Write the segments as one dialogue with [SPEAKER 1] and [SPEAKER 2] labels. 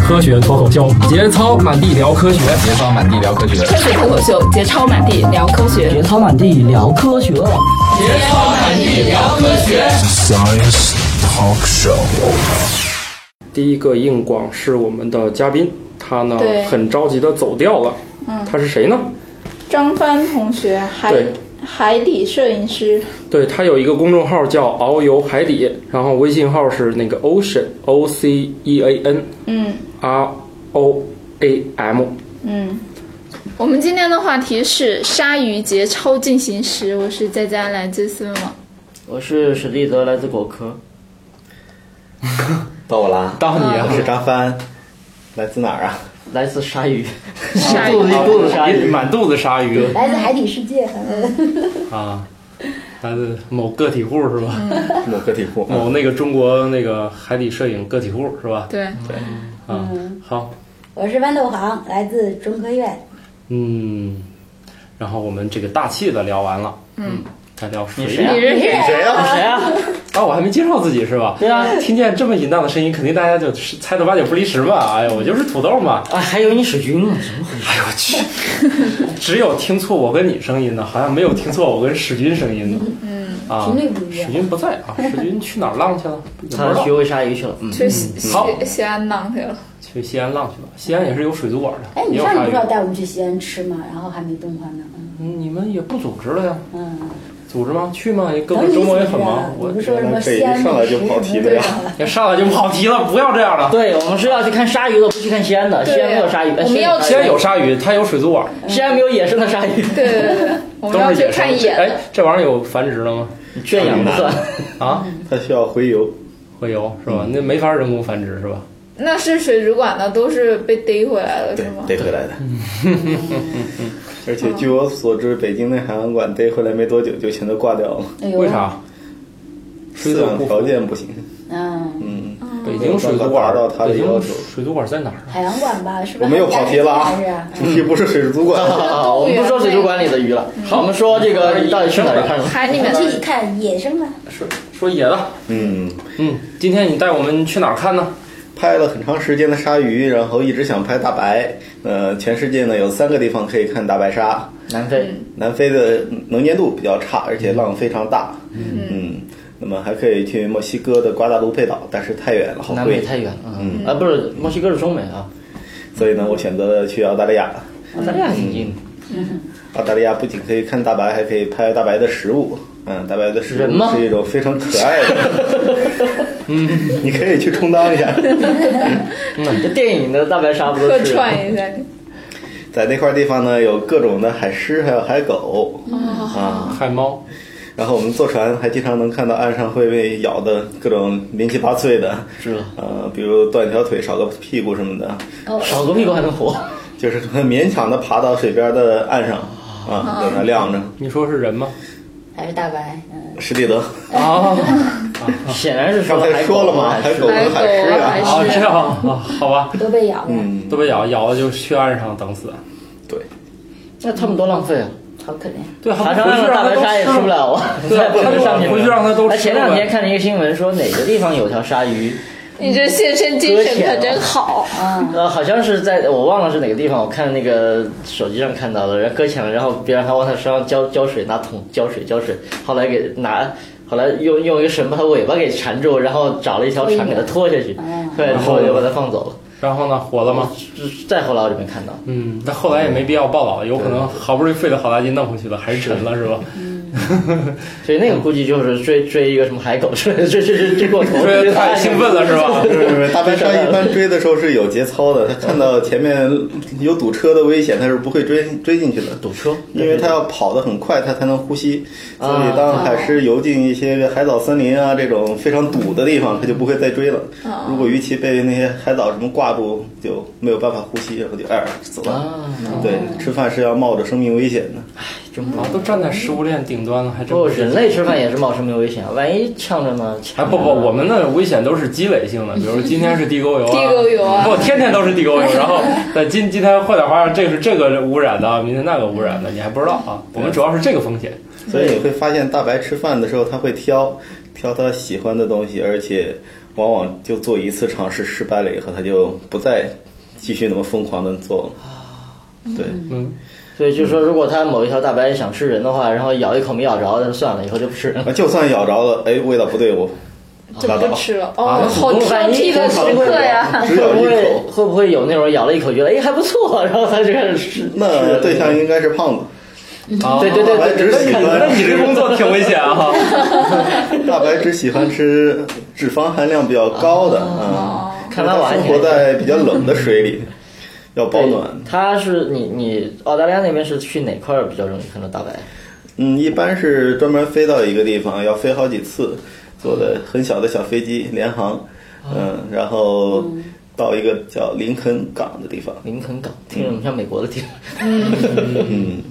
[SPEAKER 1] 科学脱口秀，节操满地聊科学，
[SPEAKER 2] 节操满地聊科学，
[SPEAKER 3] 科学脱口秀，节操满地聊科学，
[SPEAKER 4] 节操满地聊科学，
[SPEAKER 5] 节操满地聊科学。
[SPEAKER 6] Science Talk Show。
[SPEAKER 7] 第一个硬广是我们的嘉宾，他呢很着急的走掉了。嗯，他是谁呢？
[SPEAKER 8] 张帆同学，海海底摄影师。
[SPEAKER 7] 对他有一个公众号叫“遨游海底”，然后微信号是那个 Ocean O C E A N，
[SPEAKER 8] 嗯
[SPEAKER 7] ，R O A M，
[SPEAKER 8] 嗯。我们今天的话题是鲨鱼节操进行时，我是佳佳，来自四网。
[SPEAKER 4] 我是史蒂德，来自果壳。
[SPEAKER 9] 到我啦！
[SPEAKER 7] 到你
[SPEAKER 9] 啊！我是张帆，来自哪儿啊？
[SPEAKER 4] 来自鲨鱼，
[SPEAKER 8] 鲨
[SPEAKER 2] 鱼，肚子鲨鱼，满肚子鲨鱼。
[SPEAKER 10] 来自海底世界。
[SPEAKER 1] 啊，来自某个体户是吧？
[SPEAKER 9] 某个啊体户，
[SPEAKER 1] 某那个中国那个海底摄影个体户是吧？
[SPEAKER 8] 对
[SPEAKER 9] 对
[SPEAKER 1] 啊，好，
[SPEAKER 10] 我是豌豆黄，来自中科院。
[SPEAKER 1] 嗯，然后我们这个大气的聊完了，
[SPEAKER 8] 嗯，
[SPEAKER 1] 该聊谁
[SPEAKER 4] 你
[SPEAKER 1] 呀
[SPEAKER 4] 谁呀？
[SPEAKER 3] 嗯
[SPEAKER 9] 谁呀？
[SPEAKER 4] 谁呀？
[SPEAKER 1] 啊，我还没介绍自己是吧？
[SPEAKER 4] 对啊
[SPEAKER 1] 听见这么淫荡的声音，肯定大家就是猜的八九不离十嘛。哎呀，我就是土豆嘛。
[SPEAKER 4] 啊，还有你水军呢？什么回事？
[SPEAKER 1] 哎呦我去，只有听错我跟你声音的，好像没有听错我跟史军声音的。
[SPEAKER 8] 嗯，
[SPEAKER 1] 啊
[SPEAKER 10] 频率不，一样
[SPEAKER 1] 史军不在
[SPEAKER 10] 嗯
[SPEAKER 1] 啊，史军去哪儿浪去 了？也不知
[SPEAKER 4] 他
[SPEAKER 10] 啊
[SPEAKER 1] 道
[SPEAKER 4] 学会鲨鱼去了。嗯，
[SPEAKER 8] 去西
[SPEAKER 1] 好
[SPEAKER 8] 西西安浪去了。
[SPEAKER 1] 去西安浪去了。西安也是有水族馆的，
[SPEAKER 10] 哎，
[SPEAKER 1] 也
[SPEAKER 10] 你
[SPEAKER 1] 有
[SPEAKER 10] 上
[SPEAKER 1] 鲨鱼
[SPEAKER 10] 次不是。要带我们去西安吃吗？然后还没动画呢。嗯
[SPEAKER 1] 嗯你们也不组织了呀？
[SPEAKER 10] 嗯，
[SPEAKER 1] 组织吗？去吗？各
[SPEAKER 10] 等
[SPEAKER 1] 个
[SPEAKER 10] 你
[SPEAKER 1] 周末也
[SPEAKER 10] 组
[SPEAKER 1] 很
[SPEAKER 10] 织啊
[SPEAKER 1] 忙，我
[SPEAKER 10] 你不是说什么
[SPEAKER 9] 这一
[SPEAKER 10] 西安
[SPEAKER 9] 上来
[SPEAKER 10] 美食
[SPEAKER 9] 就跑题了呀
[SPEAKER 10] 什么
[SPEAKER 1] 也上来就跑题了，不要这样了。
[SPEAKER 4] 对，我们是要去看鲨鱼的，不去看西安的。西安没有鲨鱼，哎
[SPEAKER 8] 我们要
[SPEAKER 1] 西
[SPEAKER 4] 西
[SPEAKER 1] 安
[SPEAKER 4] 安
[SPEAKER 1] 有鲨鱼，它有水族馆，
[SPEAKER 4] 西安没有野生的鲨鱼，
[SPEAKER 8] 对对对，我们
[SPEAKER 1] 都
[SPEAKER 8] 要
[SPEAKER 1] 是
[SPEAKER 8] 去
[SPEAKER 1] 野生
[SPEAKER 8] 看
[SPEAKER 1] 的。
[SPEAKER 8] 野
[SPEAKER 1] 哎
[SPEAKER 8] 的。，
[SPEAKER 1] 这玩意儿有繁殖的吗？
[SPEAKER 4] 圈养不算。
[SPEAKER 1] 啊，
[SPEAKER 8] 嗯
[SPEAKER 9] 他需要回游。
[SPEAKER 1] 会有是
[SPEAKER 4] 嗯
[SPEAKER 1] 吧？那没法人工繁殖是吧？
[SPEAKER 8] 那是水族馆的，都是被逮回来了，是
[SPEAKER 9] 对
[SPEAKER 8] 吗，？
[SPEAKER 9] 逮回来的。而且据我所知，北京那海洋馆逮回来没多久就全都挂掉了，
[SPEAKER 8] 啊
[SPEAKER 10] 哎呦，
[SPEAKER 1] 为？啥？水
[SPEAKER 9] 饲
[SPEAKER 1] 土
[SPEAKER 9] 养
[SPEAKER 1] 不
[SPEAKER 9] 条件不行。
[SPEAKER 10] 嗯，
[SPEAKER 9] 嗯，
[SPEAKER 1] 北京水族
[SPEAKER 9] 达
[SPEAKER 1] 馆
[SPEAKER 9] 到他的
[SPEAKER 1] 北
[SPEAKER 9] 要
[SPEAKER 1] 京
[SPEAKER 9] 求。
[SPEAKER 1] 水族馆在哪儿啊？
[SPEAKER 10] 海洋馆吧，是不
[SPEAKER 9] 我
[SPEAKER 10] 是？
[SPEAKER 9] 们又跑题了啊
[SPEAKER 10] 还是啊！！
[SPEAKER 9] 主题不是水族馆，
[SPEAKER 4] 啊，我们不说水族馆里的鱼了，我们说这个你到底去哪儿看？
[SPEAKER 8] 海里
[SPEAKER 10] 你
[SPEAKER 8] 面
[SPEAKER 10] 们去看野生了，
[SPEAKER 1] 说说野的，
[SPEAKER 9] 嗯，
[SPEAKER 1] 嗯，今天你带我们去哪儿看呢？
[SPEAKER 9] 拍了很长时间的鲨鱼，然后一直想拍大白。呃，全世界呢有三个地方可以看大白鲨，
[SPEAKER 4] 南非，
[SPEAKER 9] 南非的能见度比较差，而且浪非常大。嗯，那么还可以去墨西哥的瓜达卢佩岛，但是太远了，好
[SPEAKER 4] 南美
[SPEAKER 9] 贵。
[SPEAKER 4] 太远了。嗯，啊，不是墨西哥是中美啊，
[SPEAKER 9] 所以呢，我选择了去澳大利亚。
[SPEAKER 4] 澳大利亚挺近。
[SPEAKER 9] 澳大利亚不仅可以看大白，还可以拍大白的食物。嗯，大白的食
[SPEAKER 4] 人
[SPEAKER 9] 物
[SPEAKER 4] 吗
[SPEAKER 9] 是一种非常可爱 的。嗯，你可以去充当一下，
[SPEAKER 4] 嗯这电影的大白鲨不都
[SPEAKER 8] 客
[SPEAKER 4] 是？
[SPEAKER 8] 串一下。
[SPEAKER 9] 在那块地方呢，有各种的海狮，还有海狗。
[SPEAKER 4] 哦
[SPEAKER 9] 啊，
[SPEAKER 1] 海猫，
[SPEAKER 9] 然后我们坐船还经常能看到岸上会被咬的各种零七八碎的，
[SPEAKER 4] 是吧
[SPEAKER 9] 呃，比如断条腿、少个屁股什么的，
[SPEAKER 10] 哦
[SPEAKER 4] 少个屁股还能活。
[SPEAKER 9] 就是很勉强的爬到水边的岸上啊，在那晾着。
[SPEAKER 1] 你说是人吗？
[SPEAKER 10] 还是大白？嗯，
[SPEAKER 9] 史蒂德
[SPEAKER 8] 哎
[SPEAKER 1] 啊
[SPEAKER 4] 显然是
[SPEAKER 9] 刚
[SPEAKER 4] 了
[SPEAKER 9] 才
[SPEAKER 4] 海
[SPEAKER 9] 说
[SPEAKER 4] 狗啊
[SPEAKER 9] 了嘛，海狗
[SPEAKER 8] 海
[SPEAKER 9] 和
[SPEAKER 8] 狗
[SPEAKER 9] 海狮
[SPEAKER 8] 海
[SPEAKER 9] 啊，
[SPEAKER 8] 狮
[SPEAKER 1] 啊，这样啊，好吧，
[SPEAKER 10] 都被咬了。
[SPEAKER 9] 嗯，
[SPEAKER 1] 都被咬，咬了就去岸上等死。
[SPEAKER 9] 对，
[SPEAKER 4] 那他们多浪费啊！
[SPEAKER 10] 好可怜。
[SPEAKER 1] 对，还
[SPEAKER 4] 爬上
[SPEAKER 1] 不回
[SPEAKER 4] 岸
[SPEAKER 1] 去
[SPEAKER 4] 了，大
[SPEAKER 1] 让它
[SPEAKER 4] 白鲨也
[SPEAKER 1] 都
[SPEAKER 4] 吃不了啊！
[SPEAKER 1] 对
[SPEAKER 4] 在不能上去。
[SPEAKER 1] 回去让它啊都吃
[SPEAKER 4] 哎，前两天看了一个新闻，说哪个地方有条鲨鱼，
[SPEAKER 8] 你这献身精神可真好。
[SPEAKER 4] 呃，好像是在我忘了是哪个地方，我看那个手机上看到的，然后搁浅了，然后别人还往他身上浇浇水，拿桶浇水浇水，后来给拿。后来用用一个绳把它尾巴给缠住，然后找了一条船给它拖下去，对，然后就把它放走了。
[SPEAKER 1] 然后呢，活了吗？
[SPEAKER 4] 再后来我就没看到。
[SPEAKER 1] 嗯，但后来也没必要报道，有可能好不容易费了好大劲弄回去了，还是沉了是吧？
[SPEAKER 8] 嗯
[SPEAKER 4] 所以那个估计就是追追一个什么海狗，追追追追追过头，
[SPEAKER 1] 追得太兴奋了是吧？
[SPEAKER 9] 不是不是，大白鲨一般追的时候是有节操的，它看到前面有堵车的危险，它是不会追追进去的。
[SPEAKER 4] 堵车，
[SPEAKER 9] 因为它要跑得很快，它才能呼吸。所
[SPEAKER 4] 啊
[SPEAKER 9] 以当海狮游进一些海藻森林啊这种非常堵的地方，它就不会再追了。如果鱼鳍被那些海藻什么挂住，就没有办法呼吸，然后就哎死了。
[SPEAKER 4] 啊，
[SPEAKER 9] 对，吃饭是要冒着生命危险的。
[SPEAKER 4] 真
[SPEAKER 1] 啊
[SPEAKER 4] 棒！，
[SPEAKER 1] 都站在食物链顶端了，还真
[SPEAKER 4] 不，
[SPEAKER 1] 不是
[SPEAKER 4] 哦人类吃饭也是冒生命危险，万一呛着呢？
[SPEAKER 1] 哎，
[SPEAKER 4] 呛着
[SPEAKER 1] 不
[SPEAKER 4] 呢
[SPEAKER 1] 不，我们的危险都是积累性
[SPEAKER 4] 嗯
[SPEAKER 1] 的，比如今天是地沟油、啊，
[SPEAKER 8] 地沟油啊
[SPEAKER 1] 不，天天都是 地沟油。然后，但今今天换点花样，这是这个污染的，明天那个污染的，你还不知道啊。我们主要是这个风险，
[SPEAKER 9] 所以你会发现，大白吃饭的时候，他会挑挑他喜欢的东西，而且往往就做一次尝试失败了以后，他就不再继续那么疯狂的做了。对，
[SPEAKER 4] 嗯，所以就是说，如果它某一条大白想吃人的话，然后咬一口没咬着，那就算了，以后就不吃人 了。
[SPEAKER 9] 啊就算咬着了，哎，味道不对，我
[SPEAKER 8] 就
[SPEAKER 9] 拉倒
[SPEAKER 8] 不。吃了。
[SPEAKER 4] 啊
[SPEAKER 8] 哦，好挑剔的时刻呀！
[SPEAKER 9] 只咬
[SPEAKER 4] 会不
[SPEAKER 9] 一口
[SPEAKER 4] 会会不会有那种咬了一口觉得哎还不错，然后他就开始吃？
[SPEAKER 9] 那对象应该是胖子。
[SPEAKER 1] 哦
[SPEAKER 4] 嗯对对对
[SPEAKER 9] 大白只喜欢，
[SPEAKER 1] 那你这工作挺危险 啊！
[SPEAKER 9] 大白只喜欢吃脂肪含量比较高的啊，
[SPEAKER 4] 看来我还
[SPEAKER 9] 生
[SPEAKER 4] 挺
[SPEAKER 9] 活在比较冷的水里，要保暖。
[SPEAKER 4] 他是你你澳大利亚那边是去哪块儿比较容易看到大白？
[SPEAKER 9] 嗯，一般是专门飞到一个地方，要飞好几次，坐的很小的小飞机，联航，
[SPEAKER 4] 哦
[SPEAKER 9] 嗯，然后到一个叫林肯港的地方，
[SPEAKER 4] 林肯港听着像美国的地方。
[SPEAKER 9] 嗯，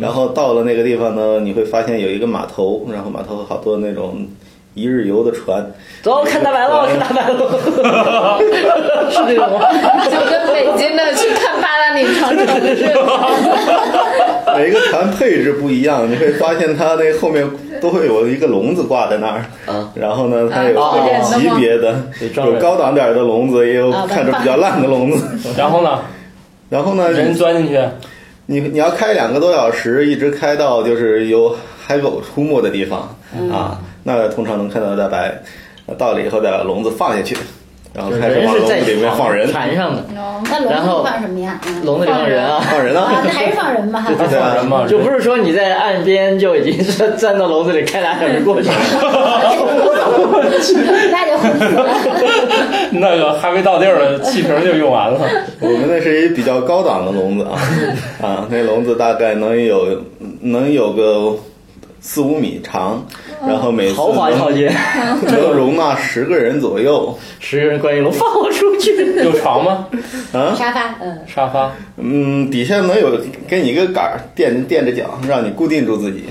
[SPEAKER 9] 然后到了那个地方呢，你会发现有一个码头，然后码头有好多那种一日游的船，
[SPEAKER 1] 嗯
[SPEAKER 4] 走，看大白了，看大白了， 是这种吗？
[SPEAKER 8] 就跟北京的去看八达岭长城似的。
[SPEAKER 9] 每个船配置不一样，你会发现它那后面都会有一个笼子挂在那儿。
[SPEAKER 4] 啊，
[SPEAKER 9] 然后呢，它有
[SPEAKER 4] 啊
[SPEAKER 9] 各种级别的，
[SPEAKER 4] 对专门
[SPEAKER 9] 有高档点儿的笼子，也有
[SPEAKER 4] 啊
[SPEAKER 9] 看着比较烂的笼子。
[SPEAKER 1] 然后呢，
[SPEAKER 9] 然后呢，
[SPEAKER 1] 人钻进去，
[SPEAKER 9] 你你要开两个多小时，一直开到就是有海狗出没的地方、
[SPEAKER 4] 嗯
[SPEAKER 9] 啊，那通常能看到大白。呃到了以后再把笼子放下去，然后开始
[SPEAKER 4] 人
[SPEAKER 9] 往
[SPEAKER 4] 是
[SPEAKER 9] 笼
[SPEAKER 4] 在
[SPEAKER 9] 子里面放 人，
[SPEAKER 4] 船上的，
[SPEAKER 10] 那笼
[SPEAKER 4] 然
[SPEAKER 10] 子
[SPEAKER 4] 后
[SPEAKER 10] 放什么呀？嗯
[SPEAKER 4] 笼子里放人啊。
[SPEAKER 9] 放人啊
[SPEAKER 10] 啊， 那还是放人吧。
[SPEAKER 1] 就放人嘛，
[SPEAKER 4] 就不是说你在岸边就已经是站到笼子里开俩小时过去 了，
[SPEAKER 10] 那就昏死了。
[SPEAKER 1] 那个还没到地儿呢，气瓶就用完了。
[SPEAKER 9] 我们那是一比较高档的笼 子啊，啊，那笼子大概能有能有个四五米长，然后每次
[SPEAKER 4] 嗯豪华
[SPEAKER 9] 能
[SPEAKER 4] 套间，
[SPEAKER 9] 能容纳十个人左右
[SPEAKER 4] 十个人关一笼，放我出去。
[SPEAKER 1] 有床吗？
[SPEAKER 9] 啊，
[SPEAKER 10] 沙发，嗯，
[SPEAKER 1] 沙发？
[SPEAKER 9] 嗯，底下能有给你一个杆儿垫垫着脚，让你固定住自己，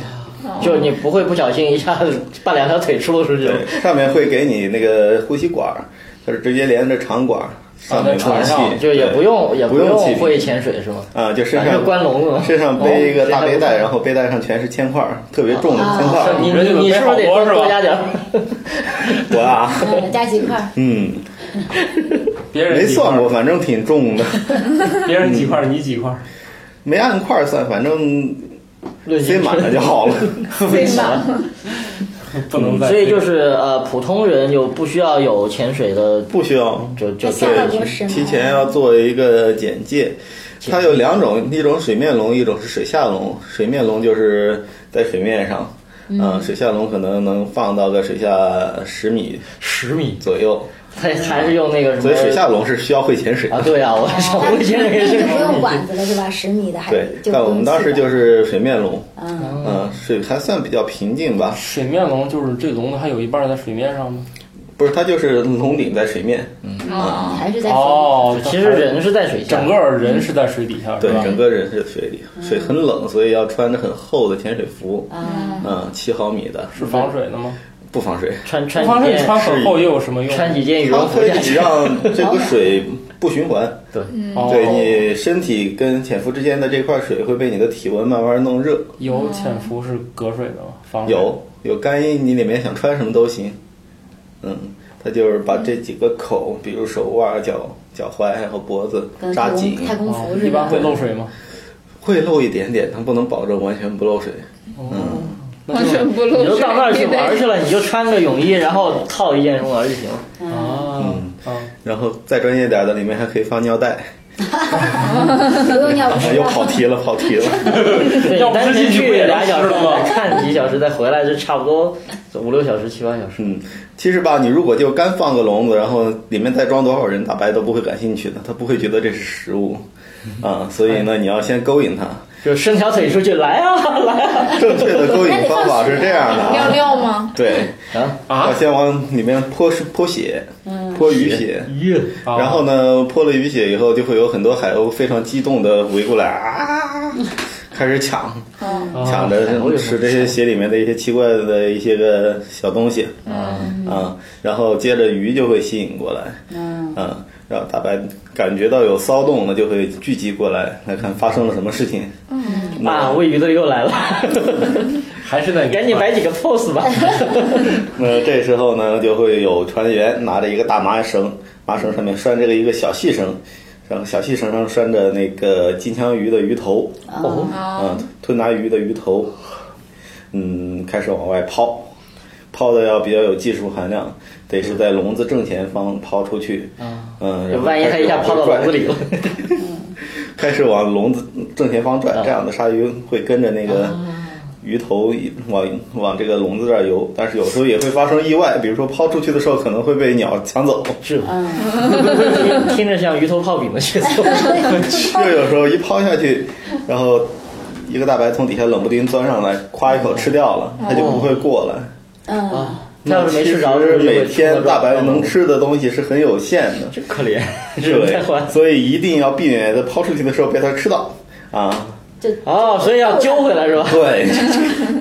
[SPEAKER 9] 哦
[SPEAKER 4] 就你不会不小心一下子把两条腿出了出去
[SPEAKER 9] 对，上面会给你那个呼吸管儿，就是直接连着肠
[SPEAKER 4] 啊
[SPEAKER 9] 管儿，上面
[SPEAKER 1] 在船
[SPEAKER 9] 充气
[SPEAKER 1] 上，
[SPEAKER 4] 就也
[SPEAKER 9] 对
[SPEAKER 4] 不用也
[SPEAKER 9] 不
[SPEAKER 4] 用
[SPEAKER 9] 气瓶
[SPEAKER 4] 会潜水是吗？
[SPEAKER 9] 啊，就身
[SPEAKER 4] 反
[SPEAKER 9] 上
[SPEAKER 4] 正关笼子嘛
[SPEAKER 9] 身上背一个大背带，
[SPEAKER 4] 哦
[SPEAKER 9] 然后背带上全是铅块儿，特别重的铅块
[SPEAKER 4] 你
[SPEAKER 9] 儿。
[SPEAKER 4] 你你是不是得多多加点儿？
[SPEAKER 9] 我啊，
[SPEAKER 10] 嗯加几 块儿，
[SPEAKER 9] 嗯，
[SPEAKER 1] 别人
[SPEAKER 9] 没
[SPEAKER 1] 几块
[SPEAKER 9] 算过，反正挺重的，
[SPEAKER 1] 别人几块，你几块？
[SPEAKER 9] 没按块儿算，反正
[SPEAKER 4] 论斤
[SPEAKER 9] 塞满了就好 了。
[SPEAKER 8] 对吧？
[SPEAKER 1] 不能再。
[SPEAKER 4] 所以就是呃，普通人就不需要有潜水的，
[SPEAKER 9] 不需要，
[SPEAKER 4] 就就
[SPEAKER 10] 下
[SPEAKER 4] 对
[SPEAKER 10] 到多深啊？
[SPEAKER 9] 提前要做一个简介。
[SPEAKER 4] 介
[SPEAKER 9] 它有两种，一种水面龙，一种是水下龙。水面龙就是在水面上，嗯，水下龙可能能放到个水下十米
[SPEAKER 4] 十米，
[SPEAKER 9] 左右，
[SPEAKER 4] 还 还是用那个什么？
[SPEAKER 9] 所以水下龙是需要会潜水的
[SPEAKER 4] 呃啊，。对 啊，我想会潜水
[SPEAKER 10] 那
[SPEAKER 4] 是
[SPEAKER 10] 就
[SPEAKER 4] 十
[SPEAKER 10] 不用
[SPEAKER 4] 米。
[SPEAKER 10] 管子了是吧？十米的还
[SPEAKER 9] 对，
[SPEAKER 10] 就
[SPEAKER 9] 但
[SPEAKER 10] 不
[SPEAKER 9] 我
[SPEAKER 10] 用
[SPEAKER 9] 们当时
[SPEAKER 10] 去
[SPEAKER 9] 就
[SPEAKER 10] 管
[SPEAKER 9] 是水面龙，
[SPEAKER 10] 嗯，
[SPEAKER 9] 嗯，水还算比较平静吧，
[SPEAKER 1] 水面笼就是这笼子还有一半在水面上吗？
[SPEAKER 9] 不是，它就是龙顶在水面，
[SPEAKER 10] 还是在
[SPEAKER 1] 哦，
[SPEAKER 4] 其实人是在水下，
[SPEAKER 1] 整个人是在水底下，
[SPEAKER 9] 对
[SPEAKER 1] 是，吧？
[SPEAKER 9] 整个人是水里，水很冷，所以要穿着很厚的潜水服，
[SPEAKER 10] 啊，
[SPEAKER 9] 嗯，七毫米的，
[SPEAKER 1] 是防水的吗？
[SPEAKER 9] 不防水，
[SPEAKER 4] 穿
[SPEAKER 1] 不
[SPEAKER 4] 穿
[SPEAKER 1] 防
[SPEAKER 4] 几
[SPEAKER 1] 水
[SPEAKER 4] 件
[SPEAKER 1] 穿很厚又有什么用？
[SPEAKER 4] 穿几件羽
[SPEAKER 9] 它
[SPEAKER 4] 绒服
[SPEAKER 9] 可
[SPEAKER 4] 下
[SPEAKER 9] 以
[SPEAKER 4] 去。
[SPEAKER 9] 让这个水不循环，
[SPEAKER 4] 对，
[SPEAKER 1] 哦
[SPEAKER 9] 对你身体跟潜伏之间的这块水会被你的体温慢慢弄热，
[SPEAKER 1] 有潜伏是隔水的吗？防水
[SPEAKER 9] 有有干衣，你里面想穿什么都行，嗯。它就是把这几个口，比如手腕、脚、脚踝，然后脖子
[SPEAKER 10] 跟
[SPEAKER 9] 扎
[SPEAKER 10] 太
[SPEAKER 9] 紧，
[SPEAKER 10] 空太空
[SPEAKER 1] 哦
[SPEAKER 10] 服
[SPEAKER 1] 一
[SPEAKER 10] 是
[SPEAKER 1] 般
[SPEAKER 10] 吧
[SPEAKER 1] 会？漏水吗？
[SPEAKER 9] 会漏一点点，它不能保证完全不漏水。
[SPEAKER 8] 完全不露
[SPEAKER 4] 你就到那儿去
[SPEAKER 8] 水
[SPEAKER 4] 玩去了，你就穿个泳衣，然后套一件绒玩就行了。
[SPEAKER 1] 啊啊，
[SPEAKER 9] 然后再专业点的，里面还可以放尿袋。
[SPEAKER 10] 不用尿不
[SPEAKER 9] 啊，
[SPEAKER 10] 湿
[SPEAKER 9] 又
[SPEAKER 10] 了
[SPEAKER 9] 跑题了，跑题了。
[SPEAKER 4] 对，
[SPEAKER 1] 要
[SPEAKER 4] 你
[SPEAKER 1] 不
[SPEAKER 4] 单
[SPEAKER 1] 是
[SPEAKER 4] 纯
[SPEAKER 1] 进去不
[SPEAKER 4] 去
[SPEAKER 1] 也
[SPEAKER 4] 俩
[SPEAKER 1] 凉
[SPEAKER 4] 小时
[SPEAKER 1] 了吗，
[SPEAKER 4] 看几小时再回来，就差不多五六小时、七八小时。
[SPEAKER 9] 嗯，其实吧，你如果就干放个笼子，然后里面再装多少人，大白都不会感兴趣的，他不会觉得这是食物。啊，所以呢，你要先勾引他。
[SPEAKER 4] 就伸条腿出去，来啊来啊！
[SPEAKER 9] 正确的勾引方法是这样
[SPEAKER 8] 尿
[SPEAKER 9] 的
[SPEAKER 10] 哎
[SPEAKER 9] 啊，
[SPEAKER 8] 尿吗？
[SPEAKER 9] 对，
[SPEAKER 4] 啊，
[SPEAKER 9] 要先往里面泼是泼血，泼鱼血。
[SPEAKER 4] 耶！
[SPEAKER 1] 啊
[SPEAKER 9] 然后呢，泼了鱼血以后，就会有很多海鸥非常激动的围过来啊，开始抢，抢着吃这些血里面的一些奇怪的一些个小东西，啊，然后接着鱼就会吸引过来，
[SPEAKER 10] 嗯，
[SPEAKER 9] 啊，然后大白感觉到有骚动了，就会聚集过来来看发生了什么事情。
[SPEAKER 4] 啊，喂鱼的又来了。
[SPEAKER 1] 还是那
[SPEAKER 4] 赶紧摆几个 pose 吧。
[SPEAKER 9] 那呃这时候呢，就会有船员拿着一个大麻绳，麻绳上面拴着一个小细绳，然后小细绳上拴着那个金枪鱼的鱼头，
[SPEAKER 4] 哦
[SPEAKER 9] 嗯，吞拿鱼的鱼头，嗯，开始往外抛，抛的要比较有技术含量，得是在笼子正前方抛出去，嗯，然后
[SPEAKER 4] 万一他一下
[SPEAKER 9] 开始
[SPEAKER 4] 抛到
[SPEAKER 9] 往外
[SPEAKER 4] 笼子里了，
[SPEAKER 9] 开始往笼子正前方转，
[SPEAKER 4] 嗯
[SPEAKER 9] 这样的鲨鱼会跟着那个
[SPEAKER 4] 哦
[SPEAKER 9] 鱼头一往往这个笼子这儿游，但是有时候也会发生意外，比如说抛出去的时候可能会被鸟抢 走，
[SPEAKER 4] 是吗？
[SPEAKER 10] 嗯，
[SPEAKER 4] 听 听着像鱼头泡饼的节 奏。啊
[SPEAKER 9] 又有时候一抛下去，然后一个大白从底下冷不丁钻上来，夸一口吃掉了，它就不会过来。
[SPEAKER 10] 嗯，
[SPEAKER 4] 他要是哦没吃着，
[SPEAKER 9] 其
[SPEAKER 4] 是
[SPEAKER 9] 实
[SPEAKER 4] 不是就
[SPEAKER 9] 每
[SPEAKER 4] 会
[SPEAKER 9] 天大白能
[SPEAKER 4] 吃
[SPEAKER 9] 吃的东西是很有限的，
[SPEAKER 4] 到撞到笼子，可 怜，太坏
[SPEAKER 9] 对，。所以一定要避免在抛出去的时候被它吃到啊。
[SPEAKER 10] 就
[SPEAKER 4] 哦，所以要揪回来是吧？
[SPEAKER 9] 对，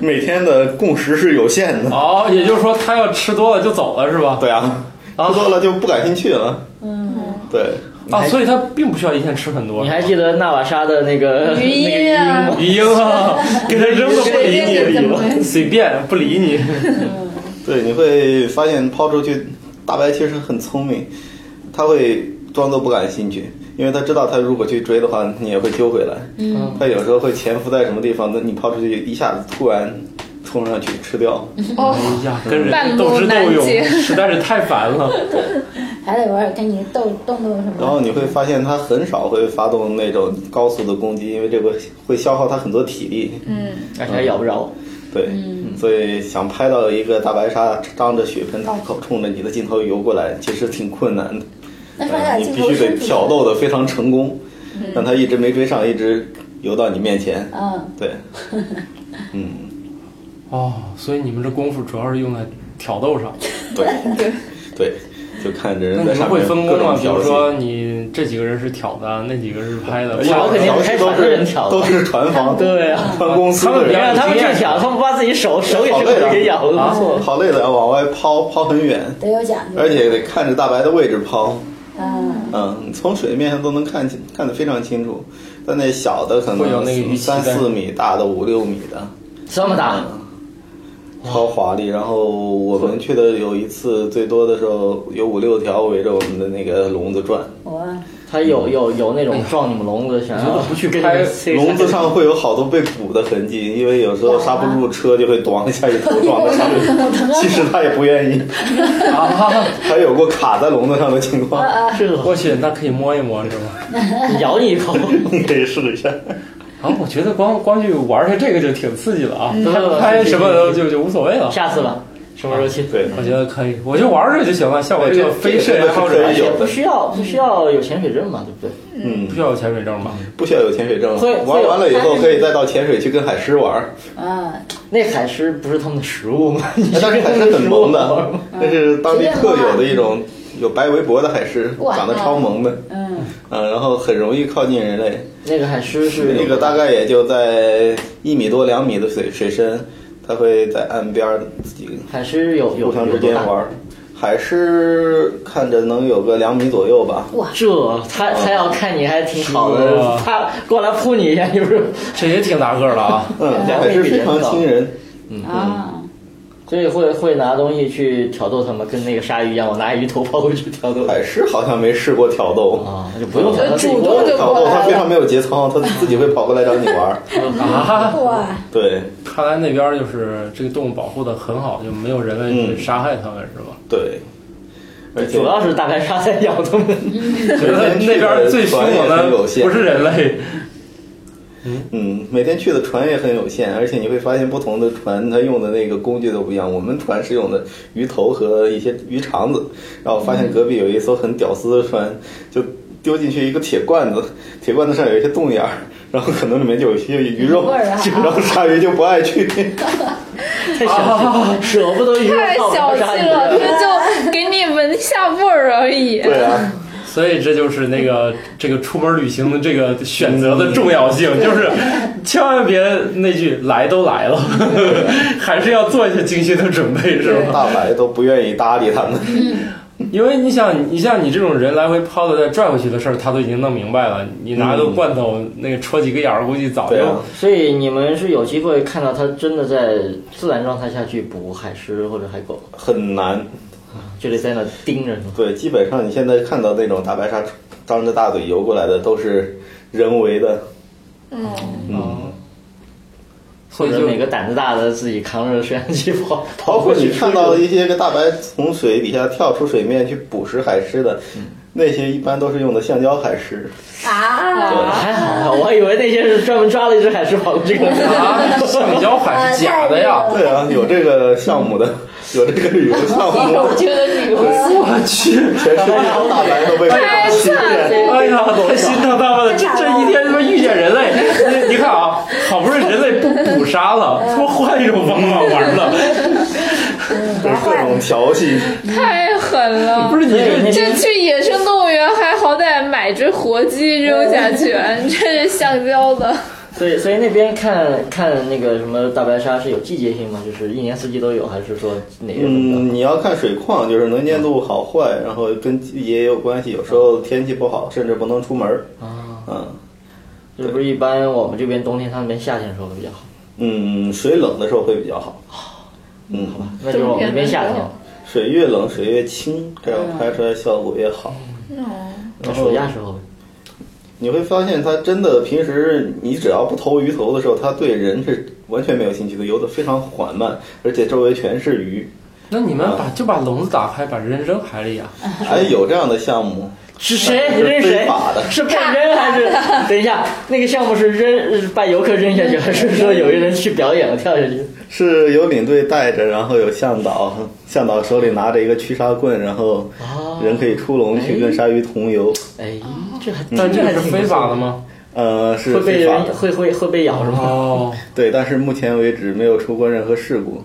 [SPEAKER 9] 每天的共识是有限的。
[SPEAKER 1] 哦，也就是说他要吃多了就走了是吧？
[SPEAKER 9] 对啊，喝多了就不感兴趣了。嗯，对，
[SPEAKER 1] 啊，所以他并不需要一天吃很多
[SPEAKER 4] 你。还记得纳瓦莎的那个
[SPEAKER 8] 鱼
[SPEAKER 4] 那个
[SPEAKER 8] 鹰啊
[SPEAKER 4] 吗？
[SPEAKER 1] 鱼鹰啊，给他扔了不理
[SPEAKER 8] 随便怎么
[SPEAKER 1] 你，随便不理你。
[SPEAKER 9] 对，你会发现抛出去，大白其实很聪明，他会装作不感兴趣，因为他知道他如果去追的话，你也会揪回来。嗯，他有时候会潜伏在什么地方，那你抛出去一下子突然冲上去吃掉。
[SPEAKER 1] 哎呀，跟
[SPEAKER 8] 半
[SPEAKER 1] 人
[SPEAKER 8] 路
[SPEAKER 1] 斗智斗
[SPEAKER 8] 难解
[SPEAKER 1] 勇实在是太烦了。
[SPEAKER 10] 还得玩儿跟你斗动动什
[SPEAKER 9] 然
[SPEAKER 10] 么。
[SPEAKER 9] 后你会发现它很少会发动那种高速的攻击，因为这个会消耗它很多体力。
[SPEAKER 4] 而
[SPEAKER 9] 嗯
[SPEAKER 4] 且还哎咬不 着。
[SPEAKER 9] 对，
[SPEAKER 10] 嗯
[SPEAKER 9] 所以想拍到一个大白鲨张着血盆大口冲着你的镜头游过来，其实挺困难的。呃
[SPEAKER 10] 那是嗯俩
[SPEAKER 9] 你
[SPEAKER 10] 镜
[SPEAKER 9] 必
[SPEAKER 10] 头
[SPEAKER 9] 须得
[SPEAKER 10] 身体
[SPEAKER 9] 挑逗的非常成功，让它一直没追上，一直游到你面前。
[SPEAKER 10] 嗯，
[SPEAKER 9] 对，嗯，
[SPEAKER 1] 哦，所以你们这功夫主要是用在挑逗上。
[SPEAKER 9] 对， 对，就看着
[SPEAKER 1] 那
[SPEAKER 9] 人在
[SPEAKER 1] 你们
[SPEAKER 9] 上
[SPEAKER 1] 会
[SPEAKER 9] 面
[SPEAKER 1] 分
[SPEAKER 9] 各
[SPEAKER 1] 工吗？
[SPEAKER 9] 种
[SPEAKER 1] 比如
[SPEAKER 9] 调戏。哎
[SPEAKER 1] 说你这几个人是挑的，那几个人是拍的。
[SPEAKER 4] 挑肯定
[SPEAKER 9] 调
[SPEAKER 4] 是开
[SPEAKER 9] 戏都
[SPEAKER 4] 船的人
[SPEAKER 9] 是
[SPEAKER 4] 挑的
[SPEAKER 9] 都是船房，
[SPEAKER 4] 对啊
[SPEAKER 9] 船公司
[SPEAKER 1] 他
[SPEAKER 9] 的
[SPEAKER 1] 们
[SPEAKER 4] 别
[SPEAKER 9] 人
[SPEAKER 1] 表。
[SPEAKER 4] 让他们去抢，他们把自己手手给
[SPEAKER 9] 啊好
[SPEAKER 4] 这
[SPEAKER 9] 累
[SPEAKER 4] 个
[SPEAKER 9] 啊
[SPEAKER 4] 给咬了，不错。
[SPEAKER 9] 好累的，往外抛抛很远，
[SPEAKER 10] 得有讲究。
[SPEAKER 9] 而且得看着大白的位置抛。
[SPEAKER 10] 嗯，
[SPEAKER 9] 嗯，从水面上都能看清，看得非常清楚。但那小的可
[SPEAKER 1] 会有那个鱼
[SPEAKER 9] 能
[SPEAKER 1] 鳍
[SPEAKER 9] 三
[SPEAKER 1] 在
[SPEAKER 9] 四米大的、五六米的，
[SPEAKER 4] 这么
[SPEAKER 9] 哎
[SPEAKER 4] 大，
[SPEAKER 1] 哦
[SPEAKER 9] 超华丽。然后我们去的有一次，最多的时候有五六条围着我们的那个笼子转，
[SPEAKER 10] 我
[SPEAKER 4] 他有有有那种撞你们笼子，想要
[SPEAKER 1] 不去
[SPEAKER 4] 跟你
[SPEAKER 1] 拍
[SPEAKER 4] 们塞
[SPEAKER 9] 笼子上会有好多被捕的痕迹，因为有时候刹不住车就会咣一下一头 撞到上面，其实他也不愿意，
[SPEAKER 1] 啊，
[SPEAKER 9] 还有过卡在笼子上的情况，
[SPEAKER 4] 是吗
[SPEAKER 1] 我去，那可以摸一摸是吗？
[SPEAKER 4] 咬你一口，
[SPEAKER 9] 你可以试一下。
[SPEAKER 1] 啊，我觉得光光去玩下这个就挺刺激了啊，
[SPEAKER 4] 嗯
[SPEAKER 1] 拍什么都就就无所谓了。
[SPEAKER 4] 下次吧，什么时候去？
[SPEAKER 9] 啊对，
[SPEAKER 1] 我觉得可以，我就玩这就行了。像我这个非摄影爱好者
[SPEAKER 9] 对
[SPEAKER 4] 而
[SPEAKER 9] 这个是可以，
[SPEAKER 4] 且不需要不需要有潜水证嘛，对不对？
[SPEAKER 9] 嗯
[SPEAKER 1] 不，需要有潜水证吧？
[SPEAKER 9] 不需要有潜水证，
[SPEAKER 4] 会会
[SPEAKER 9] 玩
[SPEAKER 4] 有
[SPEAKER 9] 完了以后可以再到潜水去跟海狮玩 儿，
[SPEAKER 10] 啊，
[SPEAKER 4] 那海狮不是他们的食物吗？你
[SPEAKER 9] 哎但是海狮很萌的，
[SPEAKER 4] 啊
[SPEAKER 9] 那是当地
[SPEAKER 10] 嗯
[SPEAKER 9] 特有的一种有白围脖的海狮，
[SPEAKER 10] 哇
[SPEAKER 9] 长得超萌的，
[SPEAKER 10] 嗯，
[SPEAKER 9] 嗯，然后很容易靠近人类，
[SPEAKER 4] 那个海狮是
[SPEAKER 9] 那个大概也就在一米多两米的水水深，它会在岸边儿自己
[SPEAKER 4] 海狮有有
[SPEAKER 9] 互相
[SPEAKER 4] 有
[SPEAKER 9] 之
[SPEAKER 4] 多
[SPEAKER 9] 间
[SPEAKER 4] 大
[SPEAKER 9] 玩儿。海狮看着能有个两米左右吧，
[SPEAKER 4] 这他
[SPEAKER 9] 啊
[SPEAKER 4] 他要看你还挺好的
[SPEAKER 1] 是，
[SPEAKER 4] 他过来扑你一下，你不是？
[SPEAKER 1] 这也挺大个儿了啊！
[SPEAKER 9] 嗯，
[SPEAKER 4] 两
[SPEAKER 9] 海
[SPEAKER 4] 米
[SPEAKER 9] 狮
[SPEAKER 4] 比
[SPEAKER 9] 非
[SPEAKER 4] 人
[SPEAKER 9] 常
[SPEAKER 4] 高
[SPEAKER 9] 亲人，
[SPEAKER 10] 啊，
[SPEAKER 4] 所以会会拿东西去挑逗他们，跟那个鲨鱼一样，我拿鱼头抛过去挑逗
[SPEAKER 9] 海狮好像没试过挑逗。
[SPEAKER 4] 啊，就不用挑逗自己
[SPEAKER 8] 主
[SPEAKER 4] 过
[SPEAKER 8] 动
[SPEAKER 4] 来。
[SPEAKER 8] 就
[SPEAKER 9] 挑
[SPEAKER 8] 过
[SPEAKER 9] 逗它
[SPEAKER 8] 来
[SPEAKER 9] 非
[SPEAKER 8] 了。
[SPEAKER 9] 常没有节操，它自己会跑过来找你玩儿。
[SPEAKER 1] 啊，
[SPEAKER 10] 哇，
[SPEAKER 9] 对
[SPEAKER 1] 看来那边儿就是这个动物保护的很好，就没有人类
[SPEAKER 9] 嗯
[SPEAKER 1] 去杀害它们是吧？
[SPEAKER 9] 对，
[SPEAKER 1] 哎
[SPEAKER 9] 而且
[SPEAKER 4] 主要是大白鲨在咬他们。
[SPEAKER 1] 觉得 那边儿最凶猛的不是人类，
[SPEAKER 9] 嗯，每天去的船也很有限，而且你会发现不同的船它用的那个工具都不一样。我们船是用的鱼头和一些鱼肠子，然后我发现隔壁有一艘很屌丝的船，就丢进去一个铁罐子，铁罐子上有一些洞眼儿，然后可能里面就有一些鱼肉，
[SPEAKER 10] 味儿啊
[SPEAKER 9] 然后鲨鱼就不爱去。
[SPEAKER 4] 太小气，舍不得鱼
[SPEAKER 8] 太
[SPEAKER 4] 肉
[SPEAKER 8] 小
[SPEAKER 4] 泡
[SPEAKER 8] 气
[SPEAKER 4] 鲨鱼
[SPEAKER 8] 了，他就给你闻一下味儿而已。
[SPEAKER 9] 对啊，
[SPEAKER 1] 所以这就是那个这个出门旅行的这个选择的重要性，就是千万别那句来都来 了， 还是要做一些精心的准备是吧？
[SPEAKER 9] 大白都不愿意搭理他们。
[SPEAKER 1] 因为你想，你像你这种人来回抛的再拽回去的事儿，他都已经弄明白了。你拿个罐头那个戳几个眼儿，估计早就
[SPEAKER 4] 所以你们是有机会看到它真的在自然状态下去捕海狮或者海狗，
[SPEAKER 9] 很难，
[SPEAKER 4] 就得在那盯着。
[SPEAKER 9] 对，基本上你现在看到那种大白鲨张着大嘴游过来的，都是人为的。
[SPEAKER 8] 嗯，
[SPEAKER 1] 哦
[SPEAKER 9] 嗯，
[SPEAKER 4] 或者哪个胆子大的自己扛着摄像机跑跑
[SPEAKER 9] 包括
[SPEAKER 4] 过去
[SPEAKER 9] 你看到的一些个大白从水底下跳出水面去捕食海狮的，那些一般都是用的橡胶海狮。
[SPEAKER 10] 啊，
[SPEAKER 4] 还好，我还以为那些是专门抓了一只海狮跑过 去的。
[SPEAKER 1] 啊，橡胶海是假的呀。
[SPEAKER 9] 对啊，有这个项目的，有这个旅游项目。
[SPEAKER 10] 我觉得旅游
[SPEAKER 1] 我去，
[SPEAKER 9] 全世界大白都被
[SPEAKER 8] 太
[SPEAKER 9] 欺
[SPEAKER 8] 惨
[SPEAKER 9] 骗。
[SPEAKER 1] 哎 呀，太心疼他们了！这这一天他妈遇见人类，你你看啊，好不容易人类不捕杀了，他妈换一种方法玩了，
[SPEAKER 9] 就是各种调戏，
[SPEAKER 8] 太狠了！
[SPEAKER 1] 不是你这
[SPEAKER 8] 这去野生动物园还好歹买只活鸡扔下去，你 这是橡胶的。
[SPEAKER 4] 所以，所以那边看看那个什么大白鲨是有季节性吗？就是一年四季都有，还是说哪个？
[SPEAKER 9] 嗯，你要看水况，就是能见度好坏，然后跟季节也有关系。有时候天气不好，甚至不能出门儿。
[SPEAKER 4] 啊，
[SPEAKER 9] 嗯
[SPEAKER 4] 这不是一般我们这边冬天，他那边夏天收的比较好。
[SPEAKER 9] 嗯，水冷的时候会比较好。嗯，好吧，
[SPEAKER 4] 那就是我们这边夏天，
[SPEAKER 9] 水越冷水越清，这样拍出来效果越好。
[SPEAKER 4] 那暑假时候呗。
[SPEAKER 9] 你会发现，它真的平时你只要不投鱼头的时候，它对人是完全没有兴趣的，游得非常缓慢，而且周围全是鱼。
[SPEAKER 1] 那你们把就把笼子打开，把人扔海里啊！
[SPEAKER 9] 还有这样的项目，
[SPEAKER 4] 是谁
[SPEAKER 9] 是
[SPEAKER 4] 扔
[SPEAKER 9] 非
[SPEAKER 4] 谁
[SPEAKER 9] 法的？
[SPEAKER 4] 是被扔还是？等一下，那个项目是扔把游客扔下去，还是说有一个人去表演了跳下去？
[SPEAKER 9] 是有领队带着，然后有向导，向导手里拿着一个驱鲨棍，然后
[SPEAKER 4] 哦
[SPEAKER 9] 人可以出笼去跟鲨鱼同游。
[SPEAKER 4] 哎，这还
[SPEAKER 1] 但这
[SPEAKER 4] 还
[SPEAKER 1] 还是非法的？吗？
[SPEAKER 9] 呃，是
[SPEAKER 4] 哎会被
[SPEAKER 9] 非法
[SPEAKER 4] 人
[SPEAKER 9] 的，
[SPEAKER 4] 会会会被咬是 吗？
[SPEAKER 1] 哦，
[SPEAKER 9] 对，但是目前为止没有出过任何事 故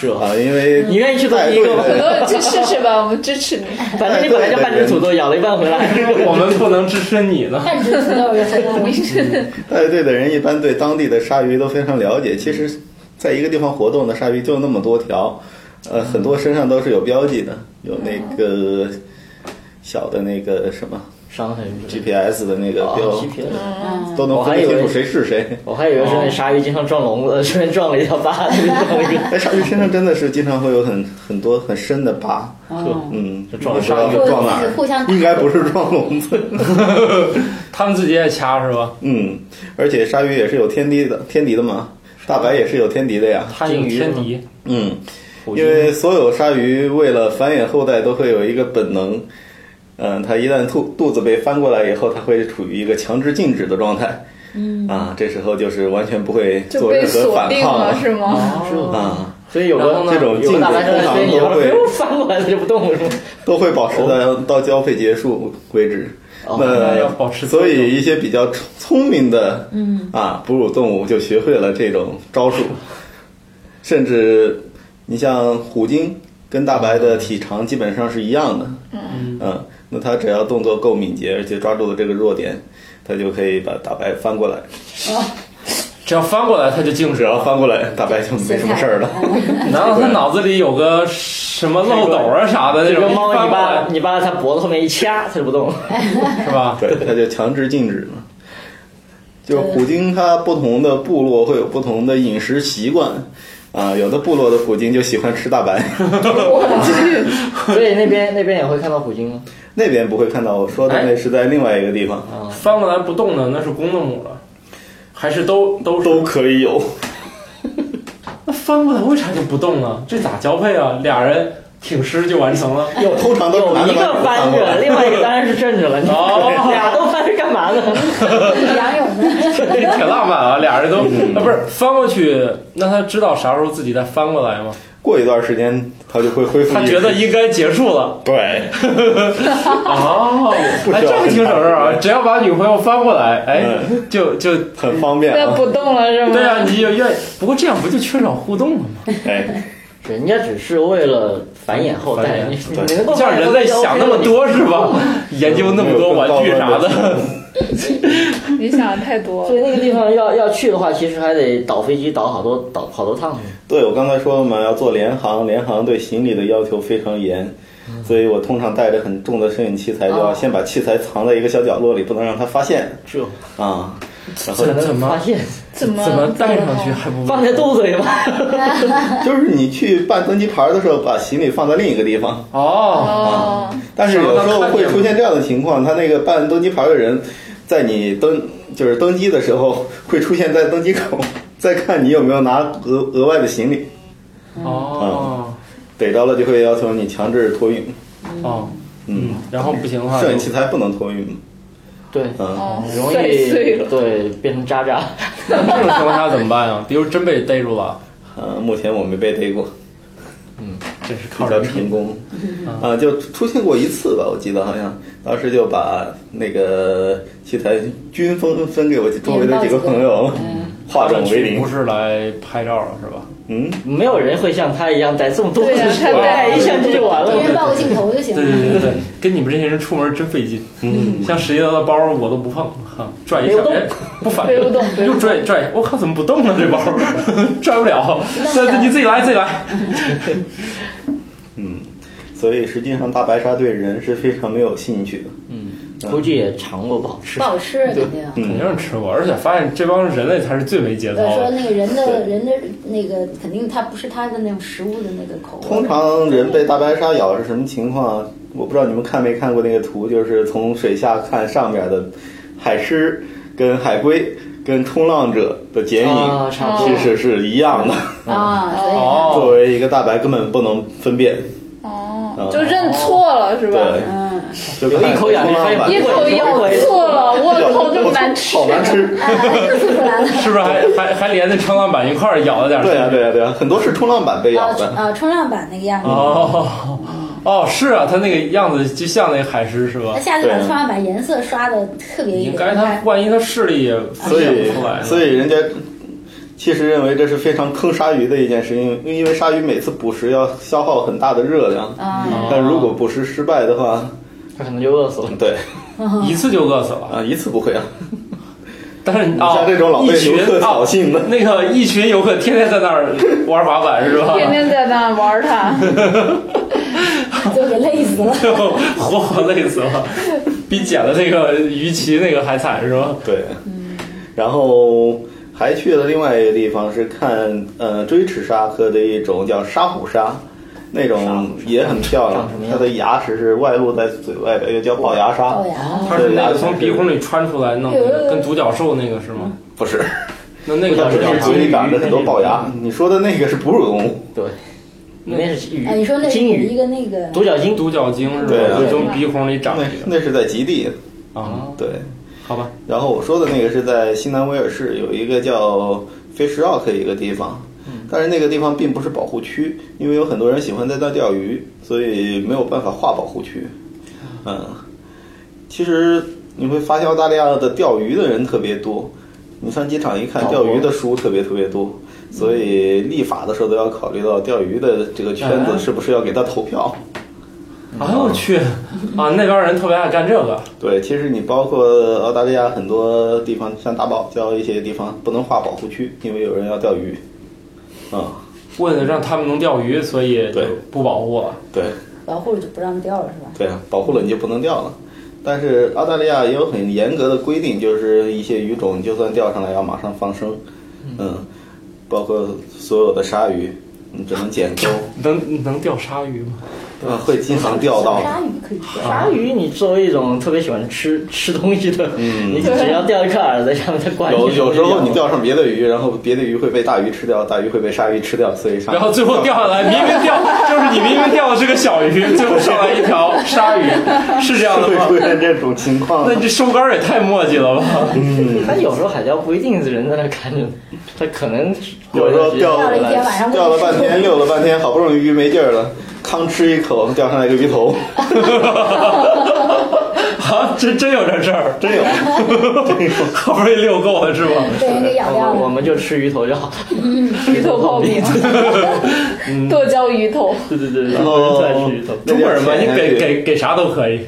[SPEAKER 4] 这
[SPEAKER 9] 啊，因为
[SPEAKER 4] 你愿意去做
[SPEAKER 9] 带
[SPEAKER 4] 第一个吗
[SPEAKER 9] 队的
[SPEAKER 8] 我去试试 吧，我们支持你。
[SPEAKER 4] 反正你本来就半只土豆，咬了一半回来。
[SPEAKER 1] 我们不能支持你呢。
[SPEAKER 10] 看着土豆人很容易。
[SPEAKER 9] 带队的人一般对当地的鲨鱼都非常了解。其实，在一个地方活动的鲨鱼就那么多条，
[SPEAKER 4] 嗯
[SPEAKER 9] 呃，很多身上都是有标记的，有那
[SPEAKER 4] 哦
[SPEAKER 9] 个小的那个什么
[SPEAKER 4] 伤痕是吧
[SPEAKER 9] GPS 的那个标，
[SPEAKER 4] 嗯哦 GPS
[SPEAKER 9] 都能分得清楚谁是谁。
[SPEAKER 4] 我还以为是那鲨鱼经常撞笼子， 这边撞了一条疤，那边撞了一个。
[SPEAKER 9] 在鲨鱼身上真的是经常会有很很多很深的疤，
[SPEAKER 10] 哦
[SPEAKER 9] 嗯，
[SPEAKER 4] 就撞
[SPEAKER 9] 不知道
[SPEAKER 10] 鲨鱼
[SPEAKER 9] 撞哪儿，
[SPEAKER 10] 互相打
[SPEAKER 9] 应该不是撞笼子，
[SPEAKER 1] 他们自己也掐是吧？
[SPEAKER 9] 嗯，而且鲨鱼也是有天敌的，天敌的嘛，大白也是有天敌的呀，
[SPEAKER 4] 它
[SPEAKER 1] 这有
[SPEAKER 4] 鱼
[SPEAKER 1] 天敌，
[SPEAKER 9] 嗯，因为所有鲨鱼为了繁衍后代都会有一个本能，嗯，它一旦肚肚子被翻过来以后，它会处于一个强制静止的状态，嗯，啊，这时候就是完全不会
[SPEAKER 8] 就
[SPEAKER 9] 做
[SPEAKER 8] 被
[SPEAKER 9] 任何
[SPEAKER 8] 锁
[SPEAKER 9] 反
[SPEAKER 8] 定
[SPEAKER 9] 抗
[SPEAKER 8] 了是吗？
[SPEAKER 9] 啊，
[SPEAKER 4] 哦所以有
[SPEAKER 1] 然后
[SPEAKER 4] 个
[SPEAKER 1] 呢
[SPEAKER 9] 这种
[SPEAKER 4] 有
[SPEAKER 9] 静
[SPEAKER 4] 个
[SPEAKER 9] 止
[SPEAKER 4] 大白鲨
[SPEAKER 9] 通
[SPEAKER 4] 在
[SPEAKER 9] 常
[SPEAKER 4] 飞，你
[SPEAKER 9] 都
[SPEAKER 4] 要
[SPEAKER 9] 会
[SPEAKER 4] 是翻过来它就不动了，是吗？
[SPEAKER 9] 都会保持到到交配结束为止。
[SPEAKER 4] 哦
[SPEAKER 1] 那
[SPEAKER 9] 那
[SPEAKER 1] 要保持
[SPEAKER 9] 所
[SPEAKER 1] 尊重
[SPEAKER 9] 以一些比较聪聪明的，嗯啊，哺乳动物就学会了这种招数，甚至你像虎鲸跟大白
[SPEAKER 1] 嗯
[SPEAKER 9] 的体长基本上是一样的，嗯那它只要动作够敏捷，而且抓住了这个弱点，它就可以把大白翻过来，
[SPEAKER 1] 只要翻过来他就静
[SPEAKER 9] 只
[SPEAKER 1] 止
[SPEAKER 9] 要
[SPEAKER 1] 了。
[SPEAKER 9] 翻过来，大白就没什么事儿了。
[SPEAKER 1] 难道他脑子里有个什么漏斗啊啥的那
[SPEAKER 4] 就
[SPEAKER 1] 种？
[SPEAKER 4] 跟
[SPEAKER 1] 一
[SPEAKER 4] 猫
[SPEAKER 1] 翻
[SPEAKER 4] 你
[SPEAKER 1] 过来
[SPEAKER 4] 把你把它脖子后面一掐，它就不动了。
[SPEAKER 1] 是吧？
[SPEAKER 9] 对，它就强制禁止嘛。就虎鲸，它不同的部落会有不同的饮食习惯，啊，有的部落的虎鲸就喜欢吃大白，
[SPEAKER 4] 所以那边那边也会看到虎鲸吗？
[SPEAKER 9] 那边不会看到。我说的那是在另外一个地方，
[SPEAKER 1] 翻过来不动的那是公的母了，还是都都是
[SPEAKER 9] 都可以有。
[SPEAKER 1] 那翻过来为啥就不动呢？这咋交配啊？俩人挺尸就完 成了。
[SPEAKER 4] 有
[SPEAKER 9] 通常都是
[SPEAKER 4] 有
[SPEAKER 9] 男的
[SPEAKER 4] 一个
[SPEAKER 9] 把
[SPEAKER 4] 翻
[SPEAKER 9] 它过
[SPEAKER 4] 着，
[SPEAKER 9] 来
[SPEAKER 4] 另外一个当然是正着了。
[SPEAKER 1] 哦
[SPEAKER 4] 俩都翻着干嘛呢？
[SPEAKER 10] 杨勇 的，
[SPEAKER 1] 挺浪 漫啊，俩人都
[SPEAKER 9] 嗯
[SPEAKER 1] 啊不是翻过去，那他知道啥时候自己再翻过来吗？
[SPEAKER 9] 过一段时间，它就会恢复意识。
[SPEAKER 1] 他觉得应该结束了。
[SPEAKER 9] 对，
[SPEAKER 1] 哦，
[SPEAKER 9] 啊不嗯需要
[SPEAKER 1] 哎，这个挺省事儿啊，只要把女朋友翻过来，哎，
[SPEAKER 9] 嗯
[SPEAKER 1] 就就
[SPEAKER 9] 很方便
[SPEAKER 8] 那
[SPEAKER 9] 啊。
[SPEAKER 8] 不动了是吗？
[SPEAKER 1] 对啊，
[SPEAKER 9] 嗯
[SPEAKER 1] 你就愿意。不过这样不就缺少互动了吗？
[SPEAKER 9] 哎，
[SPEAKER 4] 人家只是为了繁衍后代，
[SPEAKER 1] 繁衍
[SPEAKER 4] 你你能够
[SPEAKER 1] 像人类想那么多是吧？ 研究那么多玩具啥的，
[SPEAKER 9] 嗯
[SPEAKER 8] 你想的太多
[SPEAKER 4] 所
[SPEAKER 8] 了。
[SPEAKER 4] 以那个地方要要去的话，其实还得倒飞机倒好多倒好多趟。
[SPEAKER 9] 对我刚才说了嘛，要做联航，联航对行李的要求非常严。所以我通常带着很重的摄影器材，就要先把器材藏在一个小角落里，不能让它发现。
[SPEAKER 4] 这
[SPEAKER 9] 啊，然后
[SPEAKER 4] 才能发现？
[SPEAKER 8] 怎么
[SPEAKER 1] 怎么带上去还
[SPEAKER 9] 嗯
[SPEAKER 1] 不
[SPEAKER 4] 放在肚子里吧？
[SPEAKER 9] 就是你去办登机牌的时候，把行李放在另一个地方。
[SPEAKER 1] 哦，
[SPEAKER 8] 哦，
[SPEAKER 9] 但是有时候会出现这样的情况，他那个办登机牌的人，在你登就是登机的时候，会出现在登机口， 再看你有没有拿额额外的行李。嗯
[SPEAKER 1] 哦，
[SPEAKER 9] 逮着了就会要求你强制托运，
[SPEAKER 1] 哦，
[SPEAKER 9] 嗯，
[SPEAKER 1] 然后不行的话就
[SPEAKER 9] 摄影器材不能托运，
[SPEAKER 4] 对，
[SPEAKER 9] 嗯，
[SPEAKER 8] 哦
[SPEAKER 4] 容易
[SPEAKER 8] 摔碎了。
[SPEAKER 4] 对变成渣渣。
[SPEAKER 1] 那这种情况下怎么办呀？比如真被逮住了，
[SPEAKER 9] 呃，目前我没被逮过，
[SPEAKER 1] 真是靠
[SPEAKER 9] 比较
[SPEAKER 1] 人
[SPEAKER 9] 成
[SPEAKER 1] 品。
[SPEAKER 9] 功，
[SPEAKER 1] 嗯
[SPEAKER 9] 啊，就出现过一次吧，我记得好像当时就把那个器材均分分给我周围的几个朋友，
[SPEAKER 1] 嗯
[SPEAKER 9] 化整为零
[SPEAKER 1] 不，是来拍照了是吧？
[SPEAKER 9] 嗯，
[SPEAKER 4] 没有人会像他一样带这么多
[SPEAKER 8] 对啊呀
[SPEAKER 4] 的出
[SPEAKER 8] 太
[SPEAKER 4] 来，
[SPEAKER 8] 带
[SPEAKER 4] 一相机就完
[SPEAKER 10] 别人
[SPEAKER 4] 了。
[SPEAKER 10] 抱个镜头就行
[SPEAKER 1] 对
[SPEAKER 10] 了。
[SPEAKER 1] 对对对，跟你们这些人出门真费劲。嗯，像史蒂德的包我都不碰，哈，拽一下，哎，不反应，
[SPEAKER 8] 背不动背不
[SPEAKER 1] 又
[SPEAKER 8] 动
[SPEAKER 1] 拽拽，我靠，怎么不动呢？这包拽不了，那那你自己来，自己来。
[SPEAKER 9] 所以实际上大白鲨对人是非常没有兴趣的，
[SPEAKER 4] 估计也尝过不好吃
[SPEAKER 10] 不。好吃肯定。
[SPEAKER 9] 嗯
[SPEAKER 1] 肯定是吃过，而且发现这帮人类才是最没节操
[SPEAKER 10] 对，说
[SPEAKER 1] 的。
[SPEAKER 10] 那个人的人的那个肯定他不是他的那种食物的那个口味。
[SPEAKER 9] 通常人被大白鲨咬是什么情况？啊我不知道你们看没看过那个图，就是从水下看上面的海狮、跟海龟、跟冲浪者的剪
[SPEAKER 4] 啊
[SPEAKER 9] 影，
[SPEAKER 4] 差不多
[SPEAKER 9] 其实是一样的。
[SPEAKER 10] 啊，所以
[SPEAKER 1] 哦
[SPEAKER 9] 作为一个大白，根本不能分辨，啊
[SPEAKER 8] 哦，就认错了是吧？
[SPEAKER 9] 对，
[SPEAKER 10] 嗯，
[SPEAKER 9] 就
[SPEAKER 4] 有一口咬
[SPEAKER 9] 冲浪
[SPEAKER 4] 定
[SPEAKER 9] 板
[SPEAKER 8] 一口咬错
[SPEAKER 1] 哦
[SPEAKER 8] 了，我
[SPEAKER 9] 咬
[SPEAKER 8] 靠，这么难吃
[SPEAKER 9] 好难吃。
[SPEAKER 10] 出来了。
[SPEAKER 1] 是不是还还还连着冲浪板一块儿咬了点儿？
[SPEAKER 9] 对啊呀、对呀、对呀、很多是冲浪板被咬
[SPEAKER 10] 啊
[SPEAKER 9] 的。
[SPEAKER 10] 啊，冲浪板那个样子。
[SPEAKER 1] 哦哦，是啊，它那个样子就像那个海狮是吧
[SPEAKER 10] 他？下次把冲浪板颜色刷的特别一
[SPEAKER 1] 应
[SPEAKER 10] 点，
[SPEAKER 1] 该它万一它视力也分
[SPEAKER 9] 所
[SPEAKER 1] 辨
[SPEAKER 9] 以
[SPEAKER 1] 不出来，呢，
[SPEAKER 9] 所以人家其实认为这是非常坑鲨鱼的一件事，因为因为鲨鱼每次捕食要消耗很大的热量，
[SPEAKER 10] 啊，
[SPEAKER 1] 哦
[SPEAKER 9] 但如果捕食失败的话，
[SPEAKER 4] 他可能就饿死了。
[SPEAKER 9] 对
[SPEAKER 1] 一次就饿死了。
[SPEAKER 9] 啊，一次不会啊，
[SPEAKER 1] 但是你啊
[SPEAKER 9] 像这种老被
[SPEAKER 1] 一群
[SPEAKER 9] 游客挑衅的
[SPEAKER 1] 哦那个一群游客天天在那儿玩滑板是吧？
[SPEAKER 8] 天天在那玩它，
[SPEAKER 10] 就给累 死了。
[SPEAKER 1] 活活累死了，比捡的那个鱼鳍那个还惨是吧？
[SPEAKER 9] 对，
[SPEAKER 4] 嗯
[SPEAKER 9] 然后还去了另外一个地方是看呃锥齿鲨科的一种叫沙虎鲨。那种也很漂亮
[SPEAKER 4] 长什么，样
[SPEAKER 9] 它的牙齿是外露在嘴外边，又叫龅牙鲨。
[SPEAKER 10] 龅牙
[SPEAKER 1] 它是那个从鼻孔里穿出来弄的，跟独角兽那个是吗？
[SPEAKER 9] 不是，
[SPEAKER 1] 那那个
[SPEAKER 9] 它
[SPEAKER 1] 叫
[SPEAKER 9] 只
[SPEAKER 1] 什
[SPEAKER 9] 是嘴里长着很多龅牙。你说的那个是哺乳动物，
[SPEAKER 4] 对，那是鱼。
[SPEAKER 10] 哎，你说那是
[SPEAKER 4] 金
[SPEAKER 10] 一
[SPEAKER 4] 鱼、
[SPEAKER 10] 个那个，
[SPEAKER 4] 独角鲸，
[SPEAKER 1] 独角鲸是
[SPEAKER 9] 对啊
[SPEAKER 1] 吧？就从鼻孔里长
[SPEAKER 9] 那
[SPEAKER 1] 一个
[SPEAKER 9] 那是在极地，
[SPEAKER 1] 啊？
[SPEAKER 9] 对。
[SPEAKER 1] 好吧，
[SPEAKER 9] 然后我说的那个是在新南威尔士有一个叫 Fish Rock 一个地方，但是那个地方并不是保护区，因为有很多人喜欢在那钓鱼，所以没有办法划保护区。嗯，其实你会发现澳大利亚的钓鱼的人特别多，你上机场一看，
[SPEAKER 4] 哦
[SPEAKER 9] 钓鱼的书特别特别多。所以立法的时候都要考虑到钓鱼的这个圈子
[SPEAKER 1] 哎
[SPEAKER 9] 是不是要给他投票。嗯
[SPEAKER 1] 哎我 去啊，那边人特别爱干这个，
[SPEAKER 9] 对，其实你包括澳大利亚很多地方，像大堡礁一些地方不能划保护区，因为有人要钓鱼。啊、
[SPEAKER 1] 为了让他们能钓鱼，所以
[SPEAKER 9] 对
[SPEAKER 1] 不保护了。
[SPEAKER 9] 对
[SPEAKER 10] 保护就不让掉了是吧？
[SPEAKER 9] 对啊，保护了你就不能钓了。但是澳大利亚也有很严格的规定，就是一些鱼种就算钓上来要马上放生，嗯，包括所有的鲨鱼，你只能剪钩，
[SPEAKER 1] 能能钓鲨鱼吗？
[SPEAKER 9] 啊，会经常钓到
[SPEAKER 10] 小。鲨鱼可以钓，
[SPEAKER 4] 鲨鱼，你作为一种特别喜欢吃 吃东西的，
[SPEAKER 9] 嗯
[SPEAKER 4] 你只要钓一颗饵在上面，它管
[SPEAKER 9] 有有时候你钓上别的鱼，然后别的鱼会被大鱼吃掉，大鱼会被鲨鱼吃掉，所以鲨鱼
[SPEAKER 1] 然后最后钓下来，明明 钓就是你明明钓的是个小鱼，最后上来一条鲨鱼，是这样的
[SPEAKER 9] 会
[SPEAKER 1] 吗
[SPEAKER 9] 出？现这种情况。
[SPEAKER 1] 那这收竿也太墨迹了吧？
[SPEAKER 4] 它有时候海钓不一定是人在那看着，它可能
[SPEAKER 9] 有时候钓
[SPEAKER 10] 了一天晚上
[SPEAKER 9] 钓了半天，遛了半天，好不容易鱼没劲儿了，吭吃一口，钓上来一个鱼 头，哎
[SPEAKER 1] 啊，真真有这事儿，
[SPEAKER 9] 真有。
[SPEAKER 1] 好不容易遛够了是吧？
[SPEAKER 10] 被人给咬掉
[SPEAKER 4] 我
[SPEAKER 10] 了。
[SPEAKER 4] 们就吃鱼头就好了。
[SPEAKER 8] 鱼头泡饼，剁椒鱼头，
[SPEAKER 4] 对对对，
[SPEAKER 9] 然
[SPEAKER 4] 然
[SPEAKER 9] 后
[SPEAKER 4] 后再吃鱼头。
[SPEAKER 1] 中国人嘛，你给给给啥都可以。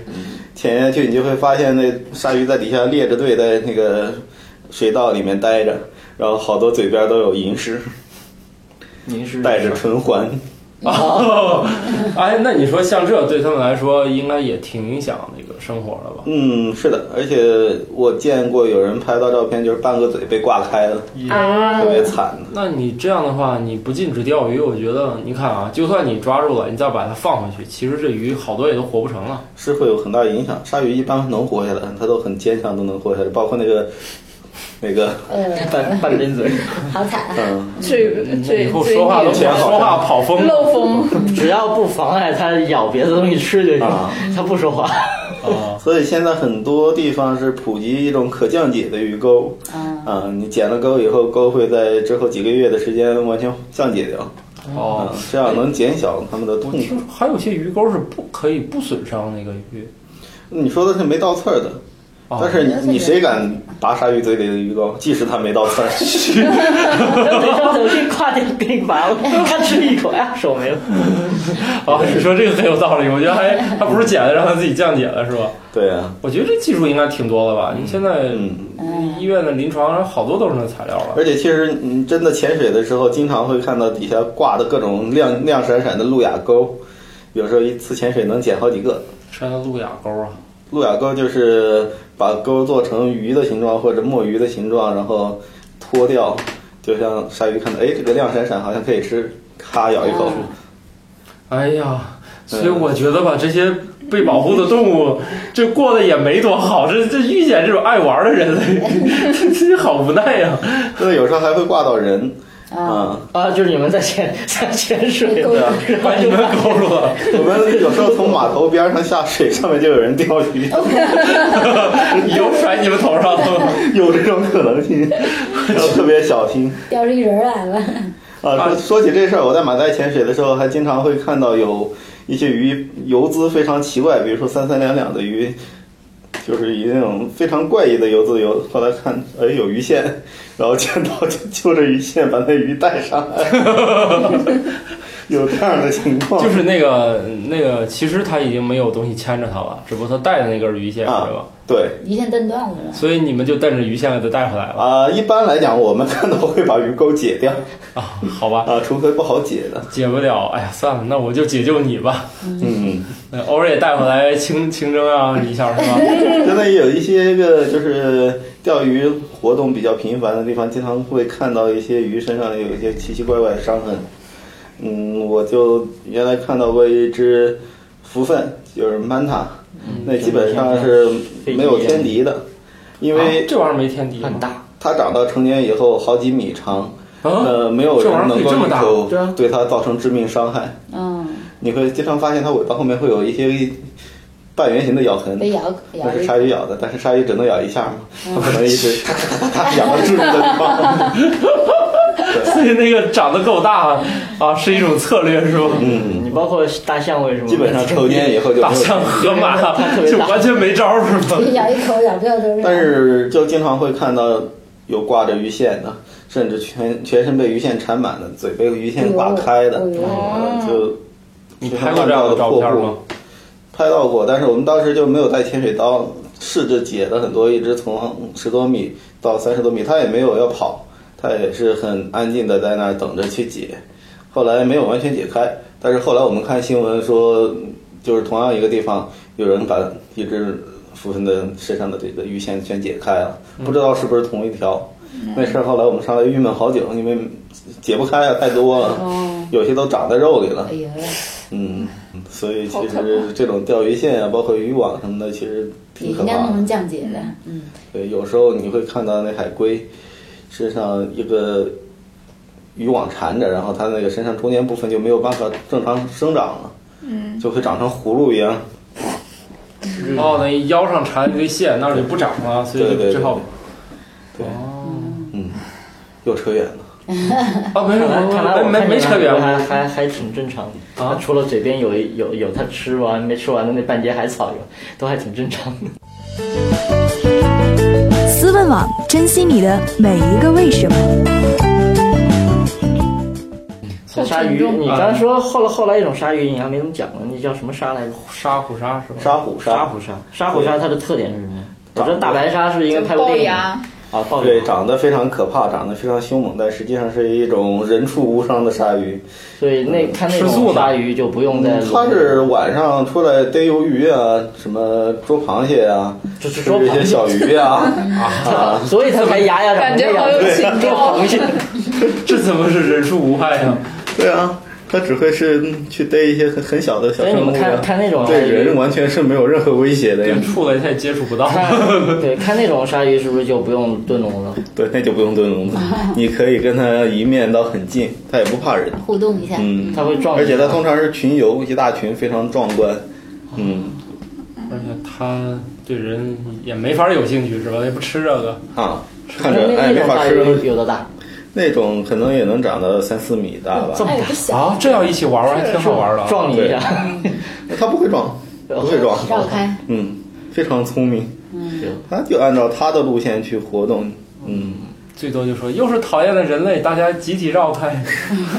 [SPEAKER 9] 潜下去，你就会发现那鲨鱼在底下列着队，在那个水道里面待着，然后好多嘴边都有银饰，
[SPEAKER 4] 您是
[SPEAKER 9] 带着唇环，
[SPEAKER 1] 哦，哎，那你说像这对他们来说，应该也挺影响那个生活了吧？
[SPEAKER 9] 嗯，是的，而且我见过有人拍到照片，就是半个嘴被挂开了，
[SPEAKER 1] 啊
[SPEAKER 9] 特别惨的。
[SPEAKER 1] 那你这样的话，你不禁止钓鱼，我觉得，你看啊，就算你抓住了，你再把它放回去，其实这鱼好多也都活不成了。
[SPEAKER 9] 是会有很大影响。鲨鱼一般能活下来，它都很坚强，都能活下来，包括那个那个半半边嘴。
[SPEAKER 10] 好惨啊！
[SPEAKER 9] 嗯，
[SPEAKER 3] 最最
[SPEAKER 1] 以后
[SPEAKER 3] 最
[SPEAKER 1] 说话都
[SPEAKER 3] 那
[SPEAKER 1] 说
[SPEAKER 9] 好像
[SPEAKER 1] 话跑风
[SPEAKER 3] 个漏风，
[SPEAKER 4] 只要不妨碍它咬别的东西吃就行，它不 说话。
[SPEAKER 1] 啊，
[SPEAKER 9] 所以现在很多地方是普及一种可降解的鱼钩，啊，你捡了钩以后，钩会在之后几个月的时间完全降解掉，
[SPEAKER 1] 哦
[SPEAKER 9] 啊，，这样能减小它们的痛苦
[SPEAKER 1] 听。说还有些鱼钩是不可以不损伤那个鱼，
[SPEAKER 9] 你说的是没倒刺儿的，
[SPEAKER 1] 哦
[SPEAKER 9] 但是你你谁敢拔鲨鱼嘴里的鱼钩，即使它没倒刺儿？
[SPEAKER 4] 等上走去跨点给你拔了，它吃一口，哎，手没了。
[SPEAKER 1] 啊，你说这个很有道理，我觉得还还不是捡的，让它自己降解了是吧？
[SPEAKER 9] 对啊，
[SPEAKER 1] 我觉得这技术应该挺多的吧？你现在
[SPEAKER 9] 嗯，
[SPEAKER 1] 医院的临床上好多都是那材料了。
[SPEAKER 9] 而且其实你真的潜水的时候，经常会看到底下挂的各种亮亮闪闪的路亚钩，有时候一次潜水能捡好几个。
[SPEAKER 1] 山的路亚钩啊，
[SPEAKER 9] 路亚钩就是把钩做成鱼的形状或者墨鱼的形状，然后脱掉，就像鲨鱼看到，哎，这个亮闪闪好像可以吃，咔咬一口。
[SPEAKER 1] 哎呀，所以我觉得吧，这些被保护的动物，这过得也没多好。这这遇见这种爱玩的人 类，这这好无奈呀、
[SPEAKER 9] 那有时候还会挂到人，
[SPEAKER 10] 啊，
[SPEAKER 9] 啊、
[SPEAKER 4] 啊，就是你们在潜 在潜水，
[SPEAKER 10] 对啊
[SPEAKER 4] 然
[SPEAKER 1] 把
[SPEAKER 4] 后
[SPEAKER 1] 你
[SPEAKER 4] 就
[SPEAKER 1] 们勾住了。
[SPEAKER 9] 我们有时候从码头边上下水，上面就有人钓鱼，
[SPEAKER 1] 油甩你们头上了。
[SPEAKER 9] 有这种可能性，要特别小心。
[SPEAKER 10] 钓着一人来了，
[SPEAKER 9] 啊，说说起这事儿，我在马代潜水的时候，还经常会看到有一些鱼游姿非常奇怪，比如说三三两两的鱼，就是以那种非常怪异的游姿游。后来看，哎，有鱼线，然后见到就就着鱼线把那鱼带上 来，有这样的情 况。
[SPEAKER 1] 就是那个那个，其实他已经没有东西牵着他了，只不过他带的那根鱼线是
[SPEAKER 9] 啊
[SPEAKER 1] 吧？
[SPEAKER 9] 对
[SPEAKER 10] 一线蹬断了。
[SPEAKER 1] 所以你们就带着鱼线给他带回 来了
[SPEAKER 9] 啊，一般来讲，我们看到会把鱼钩解掉
[SPEAKER 1] 啊？好吧，
[SPEAKER 9] 啊，除非不好解的。
[SPEAKER 1] 解不了，哎呀，算了，那我就解救你吧。
[SPEAKER 9] 嗯，
[SPEAKER 1] 那偶尔也带回来清清蒸啊一下是吧？
[SPEAKER 9] 真的有一些个就是钓鱼活动比较频繁的地方，经常会看到一些鱼身上有一些奇奇怪怪的伤痕。嗯，我就原来看到过一只福分，就是 manta，、那
[SPEAKER 1] 嗯
[SPEAKER 9] 基本上是没有天敌的，因
[SPEAKER 1] 啊
[SPEAKER 9] 为
[SPEAKER 1] 这玩意儿没天敌吗
[SPEAKER 4] 很大，
[SPEAKER 9] 它长到成年以后好几米长，
[SPEAKER 1] 啊，
[SPEAKER 9] 呃，没有
[SPEAKER 1] 这玩
[SPEAKER 9] 人
[SPEAKER 1] 意儿可
[SPEAKER 9] 能
[SPEAKER 1] 以
[SPEAKER 9] 够
[SPEAKER 1] 这么大
[SPEAKER 9] 有
[SPEAKER 4] 对啊
[SPEAKER 9] 对它造成致命伤害。
[SPEAKER 10] 嗯，
[SPEAKER 9] 你会经常发现它尾巴后面会有一些半圆形的咬痕，
[SPEAKER 10] 被咬咬
[SPEAKER 9] 那是
[SPEAKER 10] 一
[SPEAKER 9] 鲨鱼咬的，但是鲨鱼只能咬一下嘛，
[SPEAKER 10] 嗯
[SPEAKER 9] 它不能一直咔咔咔咔咬到致命的地 方。
[SPEAKER 1] 所以那个长得够大啊，是一种策略是吧？
[SPEAKER 9] 嗯，
[SPEAKER 4] 你包括大象为什么？
[SPEAKER 9] 基本上抽烟以后就
[SPEAKER 1] 大
[SPEAKER 9] 没有
[SPEAKER 1] 象、河马
[SPEAKER 4] 特别
[SPEAKER 1] 就
[SPEAKER 4] 大
[SPEAKER 1] 完全没招儿是 吧？
[SPEAKER 10] 被咬一口咬这都是。
[SPEAKER 9] 但是就经常会看到有挂着鱼线的，甚至全全身被鱼线缠满的，嘴被鱼线刮开的，
[SPEAKER 10] 哎呦
[SPEAKER 9] 呃就
[SPEAKER 1] 你拍过这样的照片吗？
[SPEAKER 9] 拍到过。但是我们当时就没有带潜水刀，试着解了很多，一直从十多米到三十多米，它也没有要跑，它也是很安静的在那儿等着去解。后来没有完全解开，但是后来我们看新闻说，就是同样一个地方，有人把一只福分的身上的这个鱼线全解开了，不知道是不是同一条。那事儿后来我们上来郁闷好久，因为解不开啊，太多了，有些都长在肉里了
[SPEAKER 10] 哎。呀，
[SPEAKER 9] 嗯，所以其实这种钓鱼线啊，包括渔网什么的，其实
[SPEAKER 10] 也
[SPEAKER 9] 挺可
[SPEAKER 10] 应该
[SPEAKER 9] 怕
[SPEAKER 10] 弄成
[SPEAKER 9] 的。
[SPEAKER 10] 降解的，嗯，
[SPEAKER 9] 对，有时候你会看到那海龟身上一个渔网缠着，然后它那个身上中间部分就没有办法正常生长了，嗯，就会长成葫芦一样。
[SPEAKER 1] 哦，那腰上缠一堆线，那儿就不长了，所以
[SPEAKER 9] 对
[SPEAKER 1] 就
[SPEAKER 9] 对
[SPEAKER 1] 只好
[SPEAKER 9] 对，
[SPEAKER 1] 哦
[SPEAKER 9] 嗯，又扯远了。
[SPEAKER 1] 啊，没
[SPEAKER 4] 看来看来
[SPEAKER 1] 没
[SPEAKER 4] 我
[SPEAKER 1] 没
[SPEAKER 4] 看
[SPEAKER 1] 没没扯
[SPEAKER 4] 你
[SPEAKER 1] 远
[SPEAKER 4] 们还
[SPEAKER 1] 我
[SPEAKER 4] 还还挺正常的
[SPEAKER 1] 啊
[SPEAKER 4] 除了嘴边有一有有它吃完没吃完的那半截海草有，都还挺正常的。
[SPEAKER 11] 思问网，珍惜你的每一个为什么。
[SPEAKER 4] 鲨鱼，你
[SPEAKER 9] 啊
[SPEAKER 4] 刚才说后来后来一种鲨鱼，你还没怎么讲呢，那叫什么鲨来着？
[SPEAKER 1] 沙虎鲨是吧？
[SPEAKER 9] 沙虎鲨，
[SPEAKER 4] 沙虎鲨，沙虎鲨它的特点是什么呀？我知道大白鲨是因为拍过
[SPEAKER 8] 龅
[SPEAKER 4] 电影
[SPEAKER 8] 牙，
[SPEAKER 4] 啊，啊，鲍
[SPEAKER 9] 嗯
[SPEAKER 4] 鱼
[SPEAKER 9] 对，长得非常可怕，长得非常凶猛，但实际上是一种人畜无伤的鲨鱼。
[SPEAKER 4] 所以那看那种鲨鱼就不用再
[SPEAKER 9] 嗯它是晚上出来逮鱿鱼啊，什么捉螃蟹啊，
[SPEAKER 4] 就
[SPEAKER 9] 吃
[SPEAKER 4] 是捉螃
[SPEAKER 9] 这些小鱼 啊啊，
[SPEAKER 4] 所以它才牙呀
[SPEAKER 8] 感觉好有情
[SPEAKER 4] 调。
[SPEAKER 1] 这怎么是人畜无害啊？
[SPEAKER 9] 对啊。它只会是嗯去逮一些很很小的小
[SPEAKER 4] 所以
[SPEAKER 9] 生
[SPEAKER 4] 你
[SPEAKER 9] 物
[SPEAKER 4] 们
[SPEAKER 9] 啊，
[SPEAKER 4] 看看那种嗯
[SPEAKER 9] 对
[SPEAKER 4] 鲨鱼
[SPEAKER 9] 人完全是没有任何威胁的呀
[SPEAKER 1] 跟。畜类它也接触不到。
[SPEAKER 4] 看对，看那种鲨鱼是不是就不用炖笼了？
[SPEAKER 9] 对，那就不用炖笼 子，你可以跟它一面到很近，它也不怕人。
[SPEAKER 10] 互动一下。
[SPEAKER 9] 嗯，
[SPEAKER 4] 它会撞
[SPEAKER 9] 而且它
[SPEAKER 4] 你
[SPEAKER 9] 通常是群游，一大群，非常壮观。嗯
[SPEAKER 1] 而且它对人也没法有兴趣是吧？它也不吃这个。
[SPEAKER 9] 啊，看
[SPEAKER 4] 那
[SPEAKER 9] 着哎
[SPEAKER 4] 那
[SPEAKER 9] 没
[SPEAKER 4] 种
[SPEAKER 9] 法
[SPEAKER 4] 鲨
[SPEAKER 9] 吃，
[SPEAKER 4] 鱼有多大？
[SPEAKER 9] 那种可能也能长到三四米大吧。
[SPEAKER 8] 哎
[SPEAKER 4] 这么
[SPEAKER 10] 不小，
[SPEAKER 1] 啊，这要一起玩玩还挺好玩的
[SPEAKER 4] 大，
[SPEAKER 1] 啊。
[SPEAKER 4] 撞你一下。
[SPEAKER 9] 它哎不会撞，不会撞，
[SPEAKER 10] 绕开。
[SPEAKER 9] 嗯，非常聪明，
[SPEAKER 4] 行
[SPEAKER 9] 它就按照它的路线去活动。嗯，
[SPEAKER 1] 最多就说又是讨厌的人类，大家集体绕开。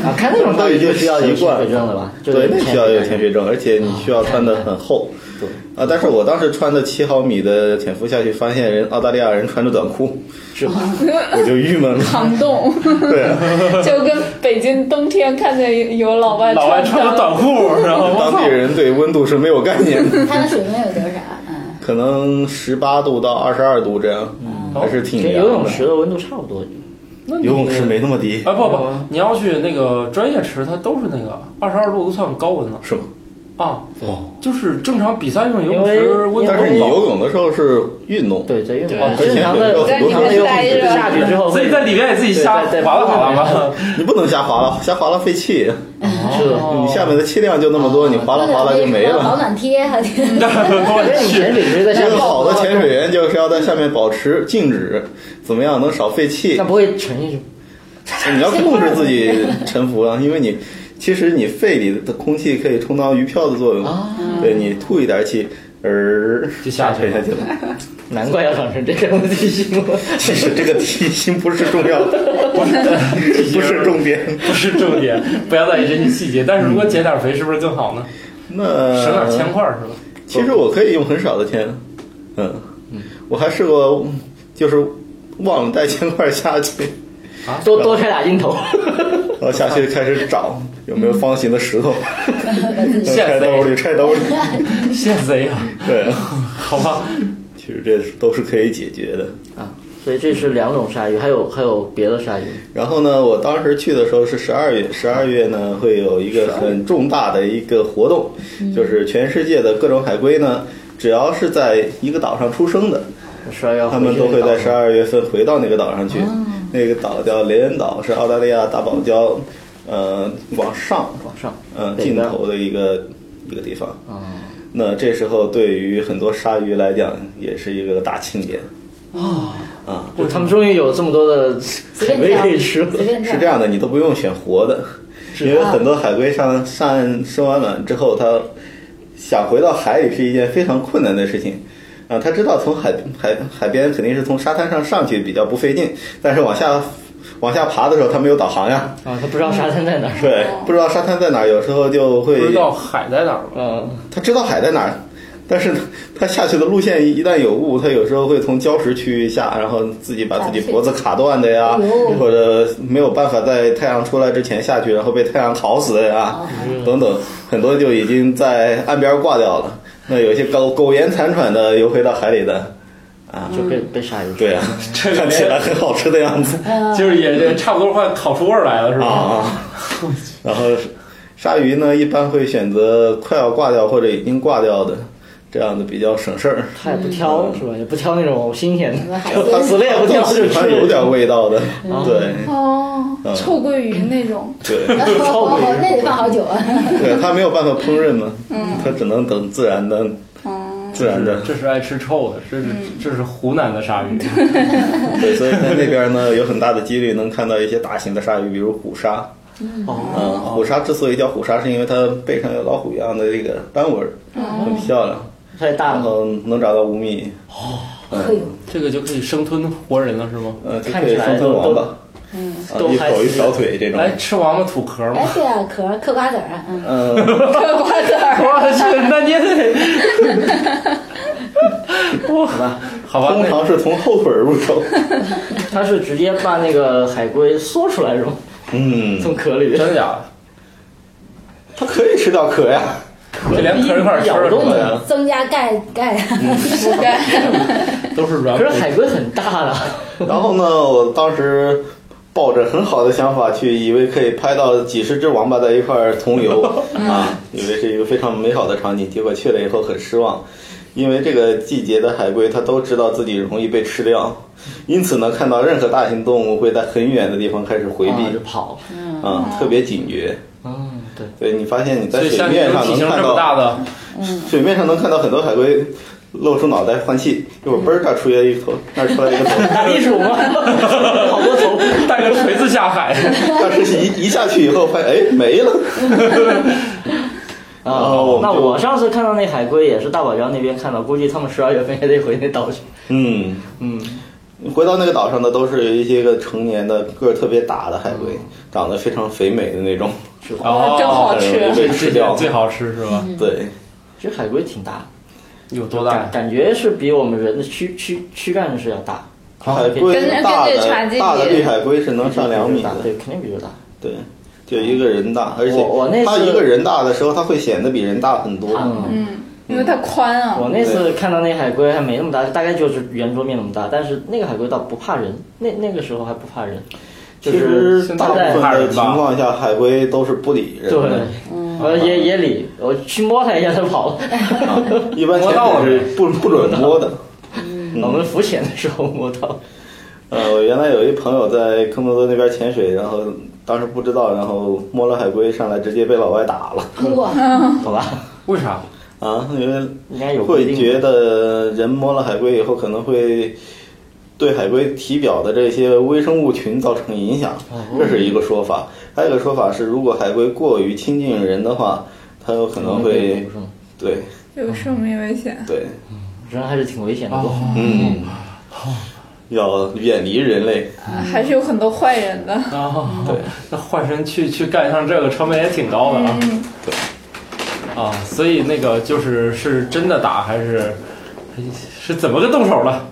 [SPEAKER 4] 啊，看那种鲨鱼就需要有
[SPEAKER 9] 习
[SPEAKER 4] 潜
[SPEAKER 9] 惯
[SPEAKER 4] 水证了吧？就
[SPEAKER 9] 对，那
[SPEAKER 4] 是
[SPEAKER 9] 需要有潜
[SPEAKER 4] 水
[SPEAKER 9] 水证，而且你需要穿的很厚。对啊，但是我当时穿的七毫米的潜伏下去，发现人澳大利亚人穿着短裤，
[SPEAKER 4] 是吧？
[SPEAKER 9] 我就郁闷了。
[SPEAKER 8] 抗冻，
[SPEAKER 9] 对啊，
[SPEAKER 8] 就跟北京冬天看见有老外
[SPEAKER 1] 老外穿
[SPEAKER 8] 的
[SPEAKER 1] 个短裤，然后
[SPEAKER 9] 当地人对温度是没有概念的，
[SPEAKER 10] 它的水温有多少？ 嗯，
[SPEAKER 9] 可能十八度到二十二度这样，还是挺
[SPEAKER 4] 跟
[SPEAKER 9] 凉
[SPEAKER 4] 嗯游泳
[SPEAKER 9] 的。
[SPEAKER 4] 池的温度差不多。
[SPEAKER 9] 游泳池没那么低，
[SPEAKER 4] 啊
[SPEAKER 1] 哎不不，你要去那个专业池，它都是那个二十二度都算高温了
[SPEAKER 9] 是吗？
[SPEAKER 1] 啊。
[SPEAKER 9] 哦，
[SPEAKER 1] 就是正常比赛用游泳
[SPEAKER 4] 因
[SPEAKER 1] 池
[SPEAKER 4] 为
[SPEAKER 1] 温度
[SPEAKER 9] 但是你
[SPEAKER 1] 高
[SPEAKER 9] 游泳的时候是运动，
[SPEAKER 4] 啊对，在运动
[SPEAKER 9] 哦
[SPEAKER 4] 正常的
[SPEAKER 9] 在
[SPEAKER 4] 正常的
[SPEAKER 8] 里面
[SPEAKER 4] 游泳
[SPEAKER 8] 待
[SPEAKER 4] 池
[SPEAKER 8] 着
[SPEAKER 4] 下去之后
[SPEAKER 1] 自
[SPEAKER 4] 会，
[SPEAKER 1] 己在里面也自己瞎
[SPEAKER 4] 对对
[SPEAKER 1] 划拉划拉吧。
[SPEAKER 9] 你不能瞎划拉，瞎划拉费气，
[SPEAKER 4] 哦是
[SPEAKER 9] 你下面的气量就那么
[SPEAKER 4] 哦
[SPEAKER 9] 多，你划拉划拉就没
[SPEAKER 10] 保
[SPEAKER 9] 了。嗯
[SPEAKER 10] 暖贴还得。
[SPEAKER 4] 因为
[SPEAKER 1] 我
[SPEAKER 4] 你
[SPEAKER 1] 去
[SPEAKER 4] 潜，水池在下
[SPEAKER 9] 这个
[SPEAKER 4] 面，
[SPEAKER 9] 好的潜水员就是要在下面保持静止，怎么样能少费气
[SPEAKER 4] 那？不会沉下去吗。
[SPEAKER 9] 你要控制自 己沉浮啊，因为你其实你肺里的空气可以充当鱼漂的作用，
[SPEAKER 4] 啊
[SPEAKER 9] 对你吐一点气，儿
[SPEAKER 1] 就下去了
[SPEAKER 9] 下去了。
[SPEAKER 4] 难怪要长成这样的体型了。
[SPEAKER 9] 其实这个体型不是重要的，不是重点。
[SPEAKER 1] 不是 重点，不要在意这些细节。但是如
[SPEAKER 9] 嗯
[SPEAKER 1] 果减点肥，是不是更好呢？
[SPEAKER 9] 那
[SPEAKER 1] 省点铅块儿是吧？
[SPEAKER 9] 其实我可以用很少的铅，嗯，我还试过，就是忘了带铅块下去，
[SPEAKER 4] 多多开俩镜头，啊
[SPEAKER 9] 然后下去开始找有没有方形的石头，
[SPEAKER 1] 现
[SPEAKER 9] 揣兜
[SPEAKER 1] 贼，
[SPEAKER 9] 里，揣兜里。
[SPEAKER 1] 现贼啊！
[SPEAKER 9] 对，
[SPEAKER 1] 好吧，
[SPEAKER 9] 其实这都是可以解决的。
[SPEAKER 4] 啊，所以这是两种鲨鱼，还有还有别的鲨鱼。
[SPEAKER 9] 然后呢，我当时去的时候是十二月，十二月呢会有一个很重大的一个活动， 就是全世界的各种海龟呢，只要是在一个岛上出生的，
[SPEAKER 4] 十二月
[SPEAKER 9] 他们都会在十二月份回到那个岛上去。那个岛叫雷恩岛，是澳大利亚大堡礁，呃，往上
[SPEAKER 4] 往上，
[SPEAKER 9] 嗯、
[SPEAKER 4] 北
[SPEAKER 9] 尽
[SPEAKER 4] 边
[SPEAKER 9] 头的一个一个地方。
[SPEAKER 4] 啊，
[SPEAKER 9] 那这时候对于很多鲨鱼来讲，也是一个大庆典。啊
[SPEAKER 4] 就他们终于有这么多的
[SPEAKER 10] 随
[SPEAKER 4] 海
[SPEAKER 10] 便
[SPEAKER 4] 龟
[SPEAKER 10] 挑
[SPEAKER 4] 可以吃了。
[SPEAKER 10] 随便
[SPEAKER 9] 是这样的，你都不用选活的，因为很多海龟上上岸生完卵之后，它想回到海里是一件非常困难的事情。啊，它知道从海海海边肯定是从沙滩上上去比较不费劲，但是往下往下爬的时候，它没有导航呀，
[SPEAKER 4] 啊，他不知道沙滩在哪儿。
[SPEAKER 9] 对，不知道沙滩在哪儿，有时候就
[SPEAKER 1] 不
[SPEAKER 9] 会
[SPEAKER 1] 知道海在哪儿了。
[SPEAKER 4] 嗯，
[SPEAKER 9] 它知道海在哪儿，但是它下去的路线一旦有误，它有时候会从礁石区域下，然后自己把自己脖子卡断的呀
[SPEAKER 10] 哎呦，
[SPEAKER 9] 或者没有办法在太阳出来之前下去，然后被太阳烤死的呀，等等，很多就已经在岸边挂掉了。那有一些苟苟延残喘的游回到海里的，啊，
[SPEAKER 4] 就被被鲨鱼吃。
[SPEAKER 9] 对啊，
[SPEAKER 1] 这个
[SPEAKER 9] 看起来很好吃的样子
[SPEAKER 1] 就是也也差不多快烤出味儿来了，是
[SPEAKER 9] 啊
[SPEAKER 1] 吧？
[SPEAKER 9] 啊。然后鲨鱼呢，一般会选择快要挂掉或者已经挂掉的，这样的比较省事儿。
[SPEAKER 4] 他也不挑是吧？也不挑那种新鲜的，
[SPEAKER 10] 海
[SPEAKER 4] 他死了也不挑，
[SPEAKER 9] 它
[SPEAKER 4] 就
[SPEAKER 9] 喜欢有
[SPEAKER 4] 吃。
[SPEAKER 9] 点味道的，
[SPEAKER 4] 嗯
[SPEAKER 9] 对
[SPEAKER 8] 哦，臭鳜鱼那种，
[SPEAKER 9] 对
[SPEAKER 10] 哦，那得放好久啊。
[SPEAKER 9] 对，它没有办法烹饪嘛，它只能等自然的，自然的。
[SPEAKER 1] 这是爱吃臭的，这是这是湖南的鲨鱼，
[SPEAKER 9] 对，所以在那边呢，有很大的几率能看到一些大型的鲨鱼，比如虎鲨。嗯，
[SPEAKER 4] 哦
[SPEAKER 9] 虎鲨之所以叫虎鲨，是因为它背上有老虎一样的这个斑纹，很漂
[SPEAKER 4] 啊
[SPEAKER 9] 亮，
[SPEAKER 4] 太大
[SPEAKER 9] 然
[SPEAKER 4] 了，
[SPEAKER 9] 后能长到五米，
[SPEAKER 10] 哎呦，
[SPEAKER 1] 这个就可以生吞活人了，是吗？
[SPEAKER 9] 嗯，就
[SPEAKER 4] 看
[SPEAKER 9] 可
[SPEAKER 4] 起
[SPEAKER 9] 以
[SPEAKER 4] 来
[SPEAKER 9] 生吞
[SPEAKER 4] 都
[SPEAKER 9] 王
[SPEAKER 4] 都
[SPEAKER 9] 八，啊，
[SPEAKER 4] 都
[SPEAKER 9] 一
[SPEAKER 4] 还
[SPEAKER 9] 口一
[SPEAKER 4] 是
[SPEAKER 9] 小腿这种。
[SPEAKER 1] 来吃王八吐壳吗
[SPEAKER 10] 哎？ 对啊，嗑嗑瓜子儿啊，嗯，
[SPEAKER 9] 嗯，
[SPEAKER 8] 嗑瓜子儿，
[SPEAKER 1] 我去，那你也得，
[SPEAKER 4] 好吧，
[SPEAKER 9] 好吧，通常是从后腿入 手，
[SPEAKER 4] 它是直接把那个海龟缩出来肉，
[SPEAKER 9] 嗯，
[SPEAKER 4] 从壳里，
[SPEAKER 1] 真的假的？
[SPEAKER 9] 它可以吃掉 壳呀，啊
[SPEAKER 1] 这连壳一块吃
[SPEAKER 4] 咬动
[SPEAKER 1] 的，
[SPEAKER 10] 增加钙钙啊
[SPEAKER 8] 钙，
[SPEAKER 1] 都是软
[SPEAKER 4] 可是海龟很大啊的，
[SPEAKER 9] 然后呢，我当时抱着很好的想法去，以为可以拍到几十只王八在一块儿同 游啊，以为是一个非常美好的场景，结果去了以后很失望，因为这个季节的海龟它都知道自己容易被吃掉，因此呢，看到任何大型动物会在很远的地方开始回避
[SPEAKER 4] 啊就跑，
[SPEAKER 9] 啊，特别警觉。
[SPEAKER 4] 嗯，对，
[SPEAKER 9] 对你发现你在
[SPEAKER 1] 所以
[SPEAKER 9] 水
[SPEAKER 1] 像
[SPEAKER 9] 面
[SPEAKER 1] 这种
[SPEAKER 9] 上
[SPEAKER 1] 体
[SPEAKER 9] 能
[SPEAKER 1] 型
[SPEAKER 9] 看
[SPEAKER 1] 这么大
[SPEAKER 9] 到，
[SPEAKER 1] 的，
[SPEAKER 9] 水面上能看到很多海龟露出脑袋换气，一会儿嘣儿这儿出来一头，那儿出来一个 头，
[SPEAKER 4] 地鼠 吗？好多头，
[SPEAKER 1] 带个锤子下海，
[SPEAKER 9] 但是一一下去以后发现哎没了，然
[SPEAKER 4] 啊
[SPEAKER 9] 后，
[SPEAKER 4] 那
[SPEAKER 9] 就
[SPEAKER 4] 我上次看到那海龟也是大堡礁那边看到，估计他们十二月份也得回那岛去。
[SPEAKER 9] 嗯
[SPEAKER 4] 嗯，
[SPEAKER 9] 回到那个岛上的都是一些个成年的个儿特别大的海龟，
[SPEAKER 4] 嗯
[SPEAKER 9] 长得非常肥美的那种，
[SPEAKER 1] 哦，
[SPEAKER 8] 真好
[SPEAKER 9] 很容易
[SPEAKER 8] 吃。嗯
[SPEAKER 9] 被吃掉。
[SPEAKER 1] 最好吃是吧？
[SPEAKER 9] 对，
[SPEAKER 4] 其实海龟挺大，
[SPEAKER 1] 有多
[SPEAKER 4] 感
[SPEAKER 1] 大？
[SPEAKER 4] 感觉是比我们人的躯躯躯干是要大，
[SPEAKER 9] 海龟
[SPEAKER 8] 跟
[SPEAKER 9] 大
[SPEAKER 8] 跟这差
[SPEAKER 9] 的
[SPEAKER 8] 距
[SPEAKER 9] 大的绿海龟是能上两米的
[SPEAKER 4] 大，，对，肯定比这大。
[SPEAKER 9] 对，就一个人大，而且
[SPEAKER 4] 我我那
[SPEAKER 9] 它
[SPEAKER 4] 次
[SPEAKER 9] 一个人大的时候，它会显得比人大很多。
[SPEAKER 4] 嗯，
[SPEAKER 8] 嗯，因为它宽啊。
[SPEAKER 4] 我那次看到那海龟还没那么大，大概就是圆桌面那么大，但是那个海龟倒不怕人，那那个时候还不怕人，就
[SPEAKER 9] 其
[SPEAKER 4] 是
[SPEAKER 9] 实大
[SPEAKER 4] 它
[SPEAKER 9] 部
[SPEAKER 4] 在
[SPEAKER 9] 分
[SPEAKER 1] 怕人
[SPEAKER 9] 的
[SPEAKER 1] 吧
[SPEAKER 9] 情况下，海龟都是不理人
[SPEAKER 4] 对
[SPEAKER 9] 的，，
[SPEAKER 4] 呃也也理，我去摸它一下它跑了。
[SPEAKER 9] 啊一般
[SPEAKER 1] 摸
[SPEAKER 9] 潜
[SPEAKER 1] 到了
[SPEAKER 9] 水是不不准摸的。
[SPEAKER 4] 我们浮潜的时候摸到，
[SPEAKER 9] 呃，我原来有一朋友在坑多多那边潜水，然后当时不知道，然后摸了海龟上来，直接被老外打了
[SPEAKER 10] 通过，
[SPEAKER 9] 哦
[SPEAKER 4] 好吧？
[SPEAKER 1] 为啥？
[SPEAKER 9] 啊，因为
[SPEAKER 4] 应该有规
[SPEAKER 9] 会
[SPEAKER 4] 定
[SPEAKER 9] 觉得人摸了海龟以后可能会。对海龟体表的这些微生物群造成影响，
[SPEAKER 4] 哦
[SPEAKER 9] 这是一个说法。还有一个说法是，如果海龟过于亲近人的话，它有可能会
[SPEAKER 4] 是吗
[SPEAKER 9] 对
[SPEAKER 8] 有生命危险。
[SPEAKER 9] 对，
[SPEAKER 4] 人还是挺危险的。
[SPEAKER 8] 哦
[SPEAKER 9] 嗯，要远离人类。
[SPEAKER 8] 还是有很多坏人的。
[SPEAKER 1] 啊，对，那换身去去干一趟这个成本也挺高的啊。
[SPEAKER 8] 嗯
[SPEAKER 1] 对，啊，所以那个就是是真的打还是是怎么个动手了？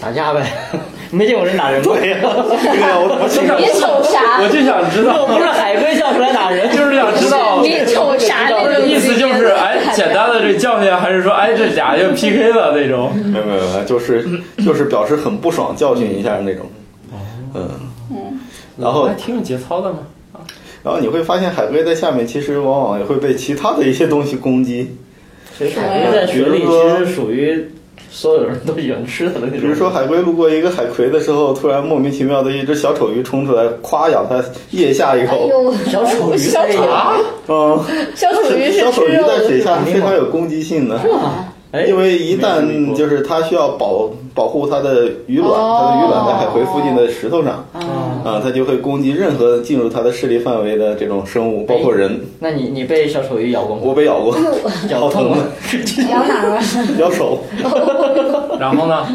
[SPEAKER 4] 打架呗， 没见过人打人吗？
[SPEAKER 9] 对呀，这个我我
[SPEAKER 1] 你
[SPEAKER 8] 你瞅啥？
[SPEAKER 1] 我就想知
[SPEAKER 4] 又
[SPEAKER 1] 道，
[SPEAKER 4] 不是海龟跳出来打 人，
[SPEAKER 1] 就是想知道，
[SPEAKER 8] 你瞅啥那种
[SPEAKER 1] 意思就是哎，简单的这教训，还是说哎这俩就 PK 了那种？
[SPEAKER 8] 嗯
[SPEAKER 9] 没有没有，没有就是就是表示很不爽，教训一下那种。嗯然后
[SPEAKER 1] 还挺有哎节操的嘛。
[SPEAKER 9] 然后你会发现海龟在下面其实往往也会被其他的一些东西攻击，
[SPEAKER 4] 其实海龟在水里其实属于所有人都喜欢吃它的那种。
[SPEAKER 9] 比如说海龟路过一个海葵的时候，突然莫名其妙的一只小丑鱼冲出来，夸咬它腋下一
[SPEAKER 10] 哎
[SPEAKER 9] 口。
[SPEAKER 10] 呦，
[SPEAKER 4] 小丑鱼，
[SPEAKER 8] 小丑
[SPEAKER 9] 嗯，
[SPEAKER 8] 小丑鱼是
[SPEAKER 9] 小丑
[SPEAKER 8] 吃
[SPEAKER 9] 鱼
[SPEAKER 8] 肉
[SPEAKER 9] 在水
[SPEAKER 8] 的，
[SPEAKER 9] 下非常有攻击性的。
[SPEAKER 4] 哎，
[SPEAKER 9] 因为一
[SPEAKER 4] 没
[SPEAKER 9] 旦
[SPEAKER 4] 有
[SPEAKER 9] 就是它需要保保护它的鱼卵，它的鱼卵在海葵附近的石头上，啊，它就会攻击任何进入它的势力范围的这种生物，包括人。
[SPEAKER 4] 那你你被小丑鱼咬过吗？
[SPEAKER 9] 我被咬过，
[SPEAKER 4] 咬
[SPEAKER 9] 好
[SPEAKER 4] 痛
[SPEAKER 9] 疼啊，？
[SPEAKER 4] 吗
[SPEAKER 10] 聊哪儿啊？
[SPEAKER 9] 咬手。
[SPEAKER 1] 然后呢？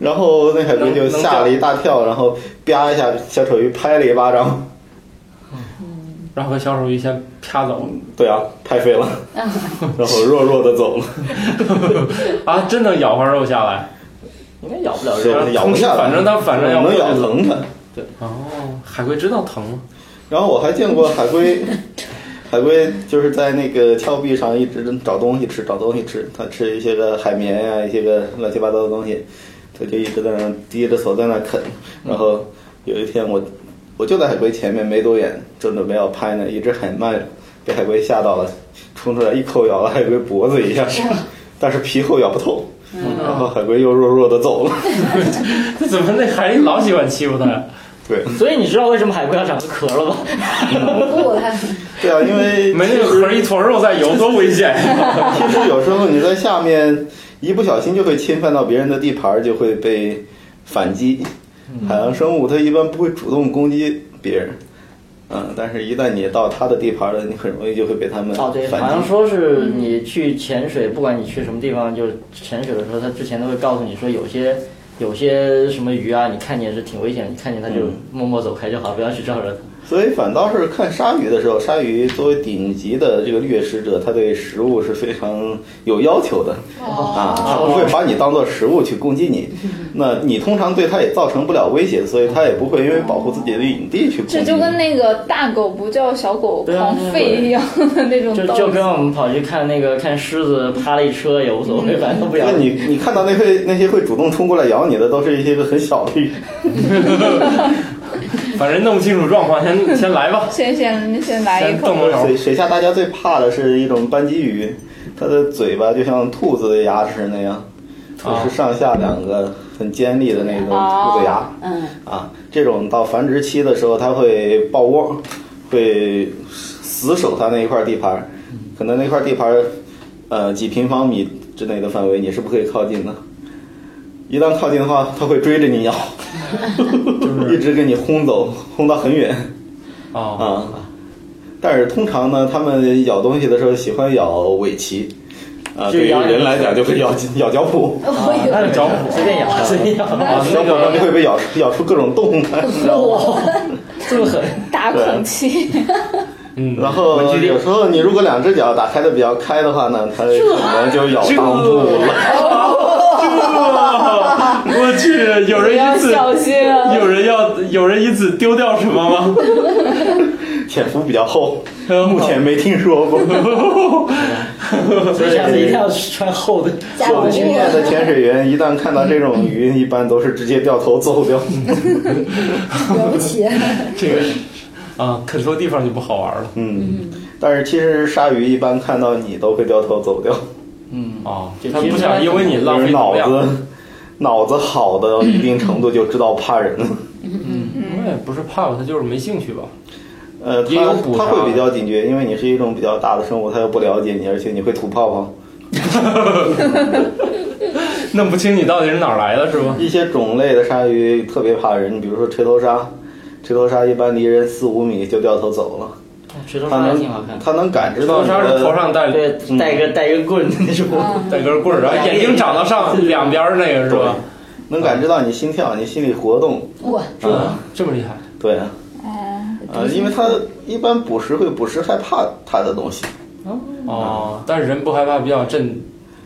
[SPEAKER 9] 然后那海龟就吓了一大跳，然后啪一下，小丑鱼拍了一巴掌，
[SPEAKER 1] 然后小丑鱼先啪走
[SPEAKER 9] 对啊，拍飞了，然后弱弱的走了，
[SPEAKER 1] 啊，真能咬块肉下来。
[SPEAKER 4] 应该咬不了
[SPEAKER 9] 是
[SPEAKER 4] 人。啊
[SPEAKER 9] 咬不下来。
[SPEAKER 1] 反正它反正咬不
[SPEAKER 9] 能
[SPEAKER 1] 下
[SPEAKER 9] 咬
[SPEAKER 1] 来
[SPEAKER 9] 疼它。
[SPEAKER 1] 哦，海龟知道疼吗？
[SPEAKER 9] 然后我还见过海龟，海龟就是在那个峭壁上一直找东西吃，找东西吃，它吃一些个海绵呀、一些个乱七八糟的东西，它就一直在那儿低着头在那儿啃。然后有一天我我就在海龟前面没多远，正准备要拍呢，一只海鳗被海龟吓到了，冲出来一口咬了海龟脖子一下，但是皮厚咬不透，然后海龟又弱弱的走了。
[SPEAKER 1] 这怎么那海老喜欢欺负它呀？
[SPEAKER 9] 对，
[SPEAKER 4] 所以你知道为什么海龟要长壳了吧？
[SPEAKER 10] 不， 还
[SPEAKER 9] 对啊，因为
[SPEAKER 1] 没那个壳一坨肉在游多危险呀！
[SPEAKER 9] 其实有时候你在下面一不小心就会侵犯到别人的地盘儿，就会被反击。海洋生物它一般不会主动攻击别人，嗯，但是一旦你到它的地盘了，你很容易就会被他们反
[SPEAKER 4] 哦，对，
[SPEAKER 9] 击。
[SPEAKER 4] 好像说是你去潜水，不管你去什么地方，就是潜水的时候，他之前都会告诉你说，有些有些什么鱼啊，你看见是挺危险，你看见它就
[SPEAKER 9] 嗯
[SPEAKER 4] 默默走开就好，不要去招惹它。
[SPEAKER 9] 所以反倒是看鲨鱼的时候，鲨鱼作为顶级的这个掠食者，它对食物是非常有要求的
[SPEAKER 4] 哦
[SPEAKER 9] 啊，它不会把你当做食物去攻击你。
[SPEAKER 4] 嗯
[SPEAKER 9] 那你通常对它也造成不了威胁，所以它也不会因为保护自己的领地去攻击
[SPEAKER 8] 这
[SPEAKER 9] 你。
[SPEAKER 8] 就跟那个大狗不叫小狗狂吠一样的那种
[SPEAKER 4] 就
[SPEAKER 8] 道
[SPEAKER 4] 就
[SPEAKER 8] 理
[SPEAKER 4] 跟。我们跑去看那个看狮子趴了一车也无所谓，反正都不咬
[SPEAKER 9] 那。你你看到那会那些会主动冲过来咬你的，都是一些个很小的鱼。
[SPEAKER 1] 反正弄不清楚状况，先先来吧。
[SPEAKER 8] 先先先来一口，
[SPEAKER 1] 哦
[SPEAKER 9] 水水下大家最怕的是一种斑鳍鱼，它的嘴巴就像兔子的牙齿那样，就是上下两个很尖利的那种兔子牙。
[SPEAKER 10] 嗯，
[SPEAKER 9] 啊，这种到繁殖期的时候，它会抱窝，会死守它那一块地盘儿，可能那块地盘儿，呃，几平方米之内的范围你是不可以靠近的。一旦靠近的话，它会追着你咬， 一直给你轰走，轰到很远。啊，但是通常呢，它们咬东西的时候喜欢咬尾鳍，啊，
[SPEAKER 4] 就
[SPEAKER 9] 对于
[SPEAKER 4] 咬哦
[SPEAKER 9] 人来讲就会咬咬脚蹼。
[SPEAKER 10] 我以为
[SPEAKER 4] 找随便咬，随便咬。
[SPEAKER 9] 啊，小狗它就会被咬咬出各种洞
[SPEAKER 4] 哦
[SPEAKER 9] 来，你知道吗？
[SPEAKER 4] 这么狠，
[SPEAKER 8] 大口气，
[SPEAKER 9] 然后有时候你如果两只脚打开的比较开的话呢，它可能就咬裆部了。
[SPEAKER 1] 我去，有人因此
[SPEAKER 8] 小心啊！
[SPEAKER 1] 有人要有人因此丢掉什么吗？呃
[SPEAKER 9] 潜伏比较厚，目前没听说过。
[SPEAKER 4] 所以下次一定要穿厚的。
[SPEAKER 10] 加啊
[SPEAKER 9] 有经验的潜水员一旦看到这种鱼，一般都是直接掉头走掉。
[SPEAKER 10] 了不起，
[SPEAKER 1] 这个啊，肯错地方就不好玩了。
[SPEAKER 9] 嗯，但是其实鲨鱼一般看到你都会掉头走掉，
[SPEAKER 1] 哦，他不想因为你浪
[SPEAKER 9] 就是
[SPEAKER 1] 费
[SPEAKER 9] 脑
[SPEAKER 1] 能量。
[SPEAKER 9] 子脑子好的一定程度就知道怕人。
[SPEAKER 1] 那也不是怕吧，他就是没兴趣吧。
[SPEAKER 9] 呃，
[SPEAKER 1] 也有
[SPEAKER 9] 它
[SPEAKER 1] 补
[SPEAKER 9] 它
[SPEAKER 1] 偿
[SPEAKER 9] 会比较警觉，因为你是一种比较大的生物，它又不了解你，而且你会吐泡泡。
[SPEAKER 1] 弄不清你到底是哪儿来的，是吧？
[SPEAKER 9] 一些种类的鲨鱼特别怕人，比如说锤头鲨，锤头鲨一般离人四五米就掉头走了。
[SPEAKER 4] 石头
[SPEAKER 9] 它
[SPEAKER 4] 还
[SPEAKER 9] 能
[SPEAKER 4] 挺好看，
[SPEAKER 9] 它能感知到
[SPEAKER 1] 头
[SPEAKER 9] 你
[SPEAKER 1] 鲨
[SPEAKER 9] 的
[SPEAKER 1] 是头上带
[SPEAKER 4] 对，带个带个棍那种。
[SPEAKER 1] 带根棍儿，然后眼睛长到上两边儿那个是吧？
[SPEAKER 9] 能感知到你心跳、你心理活动。
[SPEAKER 10] 哇，
[SPEAKER 9] 啊，
[SPEAKER 1] 这么厉害，
[SPEAKER 9] 对啊。呃，因为它一般捕食会捕食害怕它的东西，
[SPEAKER 1] 哦，但是人不害怕，比较镇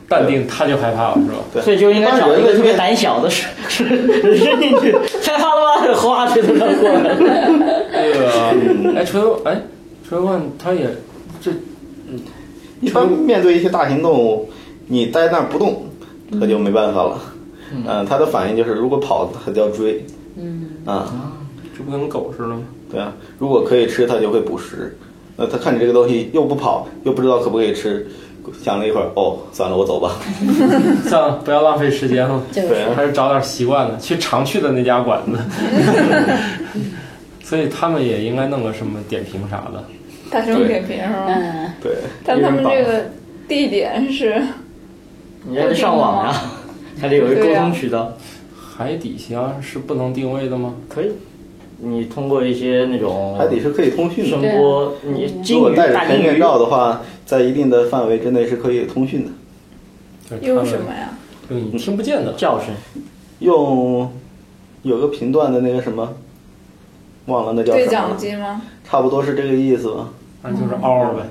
[SPEAKER 1] 淡定，他就害怕了，是吧？
[SPEAKER 9] 对，
[SPEAKER 4] 所以就应该找一
[SPEAKER 9] 一般人
[SPEAKER 4] 个
[SPEAKER 9] 类
[SPEAKER 4] 特别
[SPEAKER 9] 面
[SPEAKER 4] 胆小的，是是扔进去，害怕了吗？哗，锤头鲨过来了。
[SPEAKER 1] 那个，哎，锤头，哎，锤头冠，他也这
[SPEAKER 9] 一般面对一些大型动物，你待那儿不动，它就没办法了。嗯、它的反应就是如果跑，它就要追。嗯啊，
[SPEAKER 1] 这不跟狗似的吗？
[SPEAKER 9] 对啊，如果可以吃，它就会捕食。那它看你这个东西又不跑，又不知道可不可以吃，想了一会儿，哦，算了，我走 吧。
[SPEAKER 1] 算了，不要浪费时间了，
[SPEAKER 9] 对啊，
[SPEAKER 1] 还是找点习惯的，去常去的那家馆子。 所以他们也应该弄个什么点评啥的。
[SPEAKER 8] 大众点评是吗？
[SPEAKER 10] 嗯，
[SPEAKER 9] 对，
[SPEAKER 8] 但他们这个地点是
[SPEAKER 4] 你让他上网呀， 还得有一个沟通渠道。
[SPEAKER 1] 海底虾是不能定位的吗？
[SPEAKER 4] 可以，你通过一些那种
[SPEAKER 9] 海底是可以通讯
[SPEAKER 4] 声
[SPEAKER 9] 的。
[SPEAKER 4] 波，你
[SPEAKER 9] 如
[SPEAKER 4] 鲸
[SPEAKER 9] 果
[SPEAKER 4] 鱼、
[SPEAKER 9] 戴着
[SPEAKER 4] 大
[SPEAKER 9] 全
[SPEAKER 4] 鲸
[SPEAKER 9] 面
[SPEAKER 4] 鱼，
[SPEAKER 9] 罩的话，在一定的范围之内是可以通讯的。
[SPEAKER 1] 就是他们
[SPEAKER 8] 用什么呀？
[SPEAKER 1] 用你听不见的
[SPEAKER 4] 叫声，
[SPEAKER 9] 用有个频段的那个什么，忘了那叫
[SPEAKER 8] 对
[SPEAKER 9] 什么
[SPEAKER 8] 讲
[SPEAKER 9] 了，
[SPEAKER 8] 机吗？
[SPEAKER 9] 差不多是这个意思吧。
[SPEAKER 1] 那就是嗷嗷呗。嗯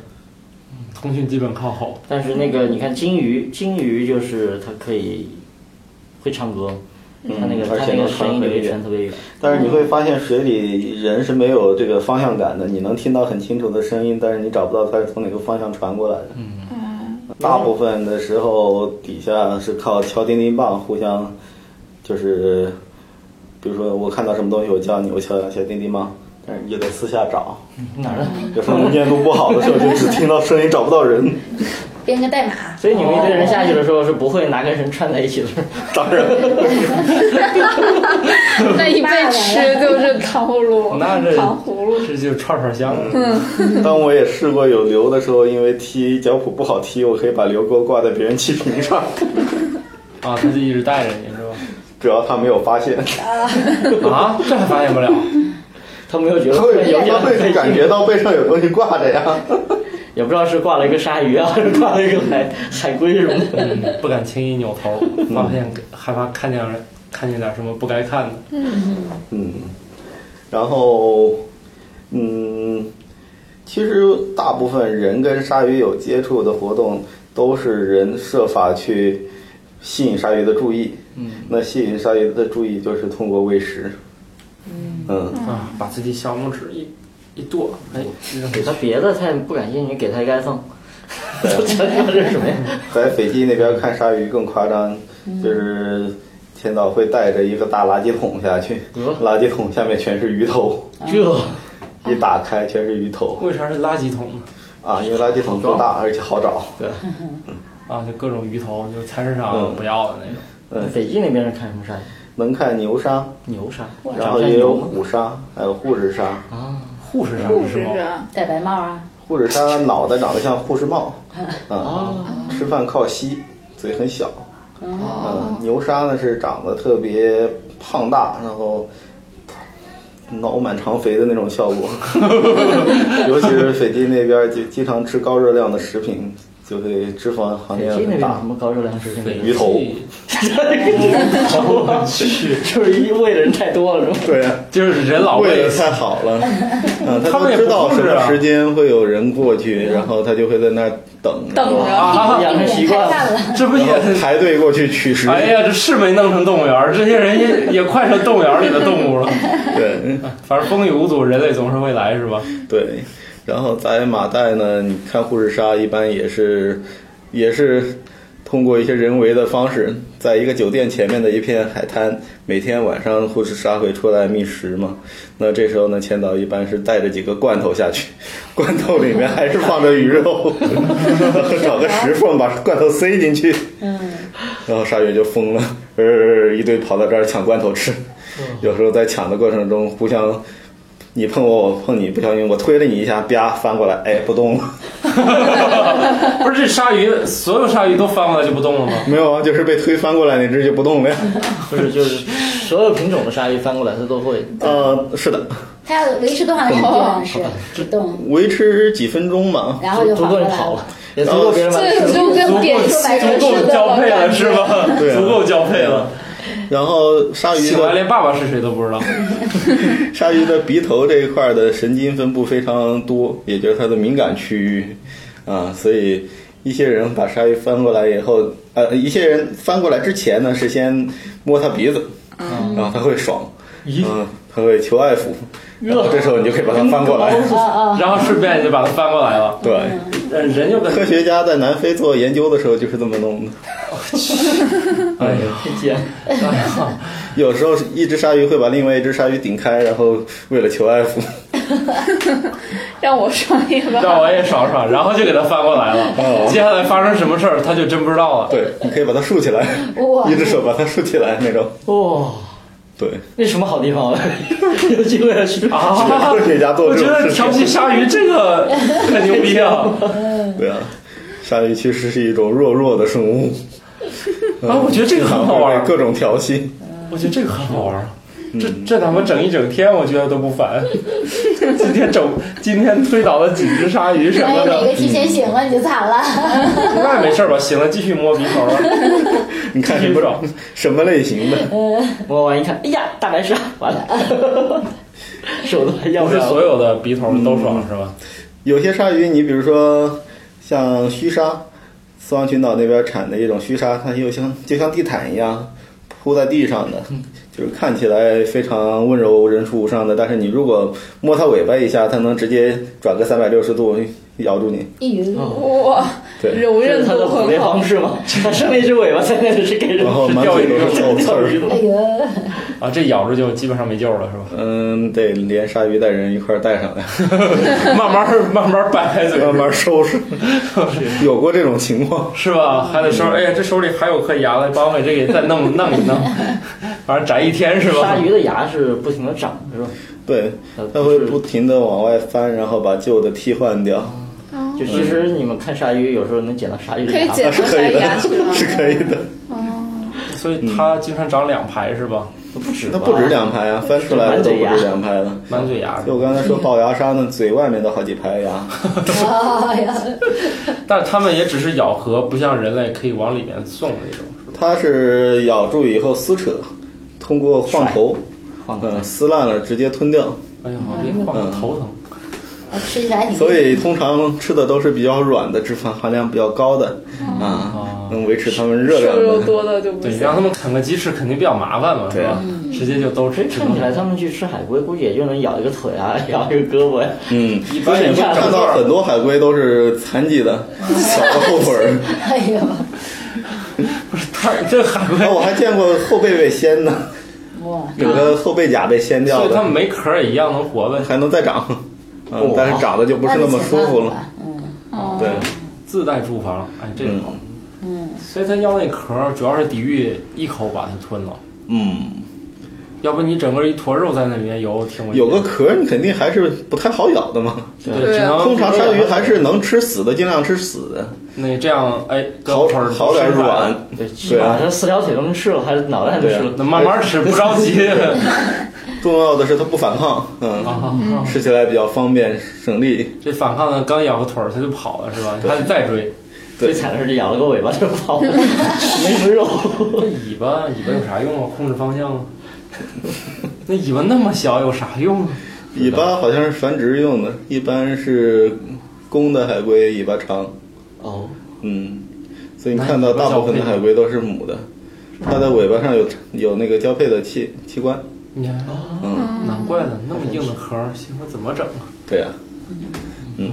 [SPEAKER 1] 通讯基本靠吼，
[SPEAKER 4] 但是那个你看鲸鱼，鲸鱼就是它可以会唱歌，它那个
[SPEAKER 9] 嗯而
[SPEAKER 4] 它
[SPEAKER 9] 且
[SPEAKER 4] 那个
[SPEAKER 9] 能
[SPEAKER 4] 声
[SPEAKER 9] 传
[SPEAKER 4] 音
[SPEAKER 9] 回
[SPEAKER 4] 流
[SPEAKER 9] 去
[SPEAKER 4] 传特别远。
[SPEAKER 9] 但是你会发现水里人是没有这个方向感的，你能听到很清楚的声音，但是你找不到它是从哪个方向传过来的。嗯，大部分的时候底下是靠敲叮叮棒互相，就是，比如说我看到什么东西，我叫你，我敲两下叮叮棒，但是你就得私下找。
[SPEAKER 4] 哪儿呢？
[SPEAKER 9] 有时候能见度不好的时候，就只听到声音，找不到人。
[SPEAKER 10] 编个代码，
[SPEAKER 4] 所以你们一堆人下去的时候是不会拿根绳串在一起的，
[SPEAKER 9] 当然，
[SPEAKER 8] 那一被吃就是糖葫芦，
[SPEAKER 1] 那这
[SPEAKER 8] 糖葫芦。
[SPEAKER 1] 这就是串串香。
[SPEAKER 9] 当我也试过有流的时候，因为踢脚蹼不好踢，我可以把流钩挂在别人气瓶上，
[SPEAKER 1] 啊，他就一直带着你是
[SPEAKER 9] 只要他没有发现。
[SPEAKER 1] 吧？啊，这还发现不了？
[SPEAKER 4] 他没有觉得
[SPEAKER 9] 他
[SPEAKER 4] 会有
[SPEAKER 9] 会
[SPEAKER 4] 点
[SPEAKER 9] 他会感觉到背上有东西挂着 呀。
[SPEAKER 4] 也不知道是挂了一个鲨鱼啊，还是挂了一个海海龟什么的。
[SPEAKER 1] 嗯不敢轻易扭头，发现害怕看见人看见点什么不该看的。
[SPEAKER 9] 嗯嗯，然后嗯，其实大部分人跟鲨鱼有接触的活动，都是人设法去吸引鲨鱼的注意。
[SPEAKER 4] 嗯，
[SPEAKER 9] 那吸引鲨鱼的注意就是通过喂食。嗯
[SPEAKER 1] 啊，把自己小拇指一一剁，哎，
[SPEAKER 4] 给他别的他也不感兴趣，你给他一个 iPhone，这 是什么呀？
[SPEAKER 9] 在斐济那边看鲨鱼更夸张，
[SPEAKER 4] 嗯
[SPEAKER 9] 就是天导会带着一个大垃圾桶下去，垃圾桶下面全是鱼头，
[SPEAKER 4] 嗯这
[SPEAKER 9] 一打开全是鱼头。
[SPEAKER 1] 为啥是垃圾桶呢？
[SPEAKER 9] 啊，因为垃圾桶够大，而且好找。
[SPEAKER 4] 对，
[SPEAKER 1] 啊，就各种鱼头，就菜市场不要的那种。
[SPEAKER 9] 嗯，
[SPEAKER 4] 斐济那边是看什么鲨鱼？
[SPEAKER 9] 能看牛鲨、
[SPEAKER 4] 牛鲨，
[SPEAKER 9] 然后也有虎鲨，还有护士鲨啊，
[SPEAKER 1] 护士鲨
[SPEAKER 10] 护
[SPEAKER 1] 是
[SPEAKER 10] 士
[SPEAKER 1] 吗？
[SPEAKER 10] 啊，戴白帽啊，
[SPEAKER 9] 护士鲨脑袋长得像护士帽，啊，吃饭靠吸，嘴很小。
[SPEAKER 10] 哦
[SPEAKER 9] 嗯，牛鲨呢是长得特别胖大，然后脑满肠肥的那种效果，尤其是斐济那边就经常吃高热量的食品，就会脂肪含
[SPEAKER 4] 斐
[SPEAKER 9] 量
[SPEAKER 4] 济那
[SPEAKER 9] 很
[SPEAKER 4] 边有
[SPEAKER 9] 大
[SPEAKER 4] 什。么高热量食品？
[SPEAKER 9] 鱼头，
[SPEAKER 4] 就是因为人太多了，是吧？
[SPEAKER 9] 对呀、
[SPEAKER 1] 就是人老
[SPEAKER 9] 喂
[SPEAKER 1] 喂
[SPEAKER 9] 的太好 了，嗯，
[SPEAKER 1] 他
[SPEAKER 9] 都
[SPEAKER 1] 们也
[SPEAKER 9] 知
[SPEAKER 1] 不
[SPEAKER 9] 道
[SPEAKER 1] 控
[SPEAKER 9] 什
[SPEAKER 1] 制
[SPEAKER 9] 么
[SPEAKER 1] 啊
[SPEAKER 9] 时间会有人过去，然后他就会在那儿等，
[SPEAKER 10] 等着
[SPEAKER 1] 啊
[SPEAKER 4] 养成习惯了。
[SPEAKER 1] 这不也
[SPEAKER 9] 然后排队过去取食。
[SPEAKER 1] 哎呀，这是没弄成动物园儿，这些人也 也快成动物园儿里的动物了。
[SPEAKER 9] 对
[SPEAKER 1] 反正风雨无阻，人类总是会来， 是吧？
[SPEAKER 9] 对，然后在马代呢，你看护士鲨一般也是也是通过一些人为的方式，在一个酒店前面的一片海滩，每天晚上护士鲨会出来觅食嘛。那这时候呢，千岛一般是带着几个罐头下去，罐头里面还是放着鱼肉，找个石缝把罐头塞进去，
[SPEAKER 10] 嗯，
[SPEAKER 9] 然后鲨鱼就疯了，呃，一堆跑到这儿抢罐头吃。有时候在抢的过程中，互相你碰我，我碰你，不小心我推了你一下，啪翻过来，哎，不动了。
[SPEAKER 1] 不是这鲨鱼，所有鲨鱼都翻过来就不动了吗？
[SPEAKER 9] 没有啊，就是被推翻过来那只就不动了呀。
[SPEAKER 4] 不是，就是所有品种的鲨鱼翻过来，它都会。
[SPEAKER 9] 呃，是的，
[SPEAKER 10] 它要维持多长时间啊？
[SPEAKER 9] 哦
[SPEAKER 10] 是不动，
[SPEAKER 9] 维持几分钟吧。
[SPEAKER 10] 然后就
[SPEAKER 4] 足
[SPEAKER 10] 缓
[SPEAKER 4] 够
[SPEAKER 10] 过
[SPEAKER 4] 你
[SPEAKER 10] 来
[SPEAKER 4] 跑了，也足够别人把
[SPEAKER 8] 这就跟扁
[SPEAKER 10] 说白
[SPEAKER 1] 足
[SPEAKER 10] 了
[SPEAKER 1] 够
[SPEAKER 10] 是
[SPEAKER 1] 交配了啊是吧？
[SPEAKER 9] 对啊
[SPEAKER 1] 足够交配了。
[SPEAKER 9] 然后鲨鱼
[SPEAKER 1] 醒来
[SPEAKER 9] 的
[SPEAKER 1] 连爸爸是谁都不 知道。
[SPEAKER 9] 鲨鱼的鼻头这一块的神经分布非常多，也就是它的敏感区域啊，所以一些人把鲨鱼翻过来以后，呃，一些人翻过来之前呢是先摸它鼻子，
[SPEAKER 10] 嗯
[SPEAKER 9] 然后它会爽，
[SPEAKER 1] 咦
[SPEAKER 9] 嗯，它会求爱抚，然后这时候你就可以把它翻过来，
[SPEAKER 10] 嗯哦
[SPEAKER 1] 然后顺便就把它翻过来了。
[SPEAKER 9] 对。
[SPEAKER 1] 但人就跟
[SPEAKER 9] 科学家在南非做研究的时候就是这么弄的。
[SPEAKER 1] 哎呀，
[SPEAKER 4] 尖。
[SPEAKER 9] 有时候是一只鲨鱼会把另外一只鲨鱼顶开，然后为了求爱 抚，
[SPEAKER 8] 让我爽一把。
[SPEAKER 1] 让我也爽爽，然后就给它翻过来了。
[SPEAKER 9] 哦
[SPEAKER 1] 接下来发生什么事儿，他就真不知道了。
[SPEAKER 9] 对，你可以把它竖起来，
[SPEAKER 10] 哇
[SPEAKER 9] 一只手把它竖起来那种。
[SPEAKER 4] 哇，
[SPEAKER 1] 哦
[SPEAKER 9] 对，
[SPEAKER 4] 那什么好地方啊？ 有机会要 去
[SPEAKER 1] 啊
[SPEAKER 9] 科学家做
[SPEAKER 1] 我
[SPEAKER 9] 这
[SPEAKER 1] 觉
[SPEAKER 9] 种
[SPEAKER 1] 得
[SPEAKER 9] 事
[SPEAKER 1] 调皮
[SPEAKER 9] 情。
[SPEAKER 1] 鲨鱼这个很牛逼啊！
[SPEAKER 9] 对啊，鲨鱼其实是一种弱弱的生物，
[SPEAKER 1] 啊，我觉得这个很好
[SPEAKER 9] 会
[SPEAKER 1] 玩
[SPEAKER 9] 被
[SPEAKER 1] 儿，
[SPEAKER 9] 各种调戏。
[SPEAKER 1] 我觉得这个很好玩儿。这这他妈整一整天，我觉得都不烦。 今天整今天推倒了几只鲨鱼什
[SPEAKER 10] 万
[SPEAKER 1] 么
[SPEAKER 10] 一哪
[SPEAKER 1] 的
[SPEAKER 10] 哎个，提前醒了你就惨了。
[SPEAKER 1] 那没事儿吧？醒了继续摸鼻头啊，
[SPEAKER 9] 你看
[SPEAKER 1] 继
[SPEAKER 9] 什
[SPEAKER 1] 续
[SPEAKER 9] 么
[SPEAKER 1] 找。
[SPEAKER 9] 什么类型的？
[SPEAKER 4] 摸完一看，哎呀，大白鲨，完了，手都还要
[SPEAKER 1] 不
[SPEAKER 4] 不
[SPEAKER 1] 是
[SPEAKER 4] 了。
[SPEAKER 1] 所有的鼻头都爽是吧？
[SPEAKER 9] 有些鲨鱼，你比如说像须鲨，斯旺群岛那边产的一种须鲨，它又像就像地毯一样铺在地上的， 就是看起来非常温柔、人畜无伤的。但是你如果摸它尾巴一下，它能直接转个三百六十度咬住你。
[SPEAKER 10] 一云路，
[SPEAKER 8] 哇，
[SPEAKER 9] 对
[SPEAKER 8] 柔
[SPEAKER 4] 这
[SPEAKER 8] 韧
[SPEAKER 4] 是它的
[SPEAKER 8] 度
[SPEAKER 4] 捕猎
[SPEAKER 8] 很好
[SPEAKER 4] 方。式吗？它伸了一只尾巴在那里是给人
[SPEAKER 9] 然后满嘴都是肉刺儿，
[SPEAKER 10] 哎呀，
[SPEAKER 1] 啊，这咬住就基本上没救了是吧？
[SPEAKER 9] 嗯，得连鲨鱼带人一块儿带上来，
[SPEAKER 1] 慢慢儿慢慢儿掰开嘴，
[SPEAKER 9] 慢慢收拾。有过这种情况，
[SPEAKER 1] 是吧？还得收拾，哎呀，这手里还有颗牙了，帮我给这给再弄弄一弄，反正摘一天是吧？
[SPEAKER 4] 鲨鱼的牙是不停的长，是吧？
[SPEAKER 9] 对，
[SPEAKER 4] 呃
[SPEAKER 9] 它会不停的往外翻，然后把旧的替换掉。
[SPEAKER 4] 就其实你们看鲨鱼，有时候嗯能捡到鲨鱼的
[SPEAKER 8] 可以
[SPEAKER 4] 牙。
[SPEAKER 8] 剪
[SPEAKER 9] 是
[SPEAKER 8] 出
[SPEAKER 9] 可
[SPEAKER 8] 来
[SPEAKER 9] 以的
[SPEAKER 8] 牙齿吗，？
[SPEAKER 9] 是可以的。
[SPEAKER 1] 所以它经常长两排是吧？
[SPEAKER 4] 不止
[SPEAKER 9] 它
[SPEAKER 4] 吧，
[SPEAKER 9] 不止两排啊，翻出来的都不止两排了。
[SPEAKER 1] 满嘴牙，
[SPEAKER 9] 就我刚才说龅牙鲨呢，嘴外面都好几排牙。
[SPEAKER 10] 哎呀，
[SPEAKER 1] 但它们也只是咬合，不像人类可以往里面送那种。
[SPEAKER 9] 它是咬住以后撕扯，通过晃头，
[SPEAKER 4] 晃头
[SPEAKER 9] 嗯，撕烂了直接吞掉。
[SPEAKER 1] 哎呀，我这晃得头疼。
[SPEAKER 10] 吃起来 挺。
[SPEAKER 9] 所以通常吃的都是比较软的，脂肪含量比较高的
[SPEAKER 4] 哦
[SPEAKER 9] 啊，能维持它们热量
[SPEAKER 12] 瘦肉
[SPEAKER 9] 的。
[SPEAKER 12] 多的就不
[SPEAKER 1] 对，
[SPEAKER 12] 行。
[SPEAKER 1] 让他们啃个鸡翅肯定比较麻烦嘛，是吧？直接就都吃。
[SPEAKER 4] 看起来他们去吃海龟，估计也就能咬一个腿 啊，咬一个胳膊呀。
[SPEAKER 9] 嗯，
[SPEAKER 4] 一
[SPEAKER 9] 而
[SPEAKER 4] 般
[SPEAKER 9] 且
[SPEAKER 4] 人
[SPEAKER 9] 你会
[SPEAKER 4] 看
[SPEAKER 9] 看到很多海龟都是残疾 的，小的后腿儿。
[SPEAKER 10] 哎呀，
[SPEAKER 1] 这海龟，
[SPEAKER 9] 哎我还见过后背被掀的，
[SPEAKER 10] 哇！
[SPEAKER 9] 整个后背甲被掀掉
[SPEAKER 1] 所
[SPEAKER 9] 的。
[SPEAKER 1] 以它们没壳儿也一样能活呗，
[SPEAKER 9] 还能再 长，嗯，但是长得就不是那么舒服了。
[SPEAKER 8] 哦，
[SPEAKER 9] 对，
[SPEAKER 1] 自带住房，哎，这个好。
[SPEAKER 9] 哦
[SPEAKER 1] 嗯，所以它要那壳儿主要是抵御一口把它吞了，
[SPEAKER 9] 嗯，
[SPEAKER 1] 要不你整个一坨肉在那里面游，挺危险
[SPEAKER 9] 有个壳儿你肯定还是不太好咬的嘛。
[SPEAKER 1] 对啊
[SPEAKER 9] 通常鲨鱼还是能吃死的，尽量吃死的。
[SPEAKER 1] 那这样哎，
[SPEAKER 9] 好好点啊软，
[SPEAKER 4] 对，起
[SPEAKER 9] 对
[SPEAKER 4] 码
[SPEAKER 9] 啊
[SPEAKER 4] 它四条腿都能吃了，还是脑袋能
[SPEAKER 9] 对
[SPEAKER 4] 吃
[SPEAKER 9] 啊
[SPEAKER 4] 了。，
[SPEAKER 9] 重要的是它不反抗，嗯，吃起来比较方便省力。
[SPEAKER 1] 这反抗的刚咬个腿儿，它就跑了是吧？它得再追。
[SPEAKER 4] 最惨的是这咬了个尾巴就跑了，没什么肉。
[SPEAKER 1] 这尾巴尾巴有啥用啊？控制方向啊？那尾巴那么小有啥用啊？
[SPEAKER 9] 尾巴好像是繁殖用的，一般是公的海龟尾巴长。
[SPEAKER 4] 哦，
[SPEAKER 9] 嗯，所以你看到大部分的海龟都是母的，它的尾巴上有有那个交配的器器官。
[SPEAKER 1] 你看，
[SPEAKER 9] 嗯
[SPEAKER 1] 难怪呢，那么硬的壳儿，媳妇怎么整啊？
[SPEAKER 9] 对呀、嗯，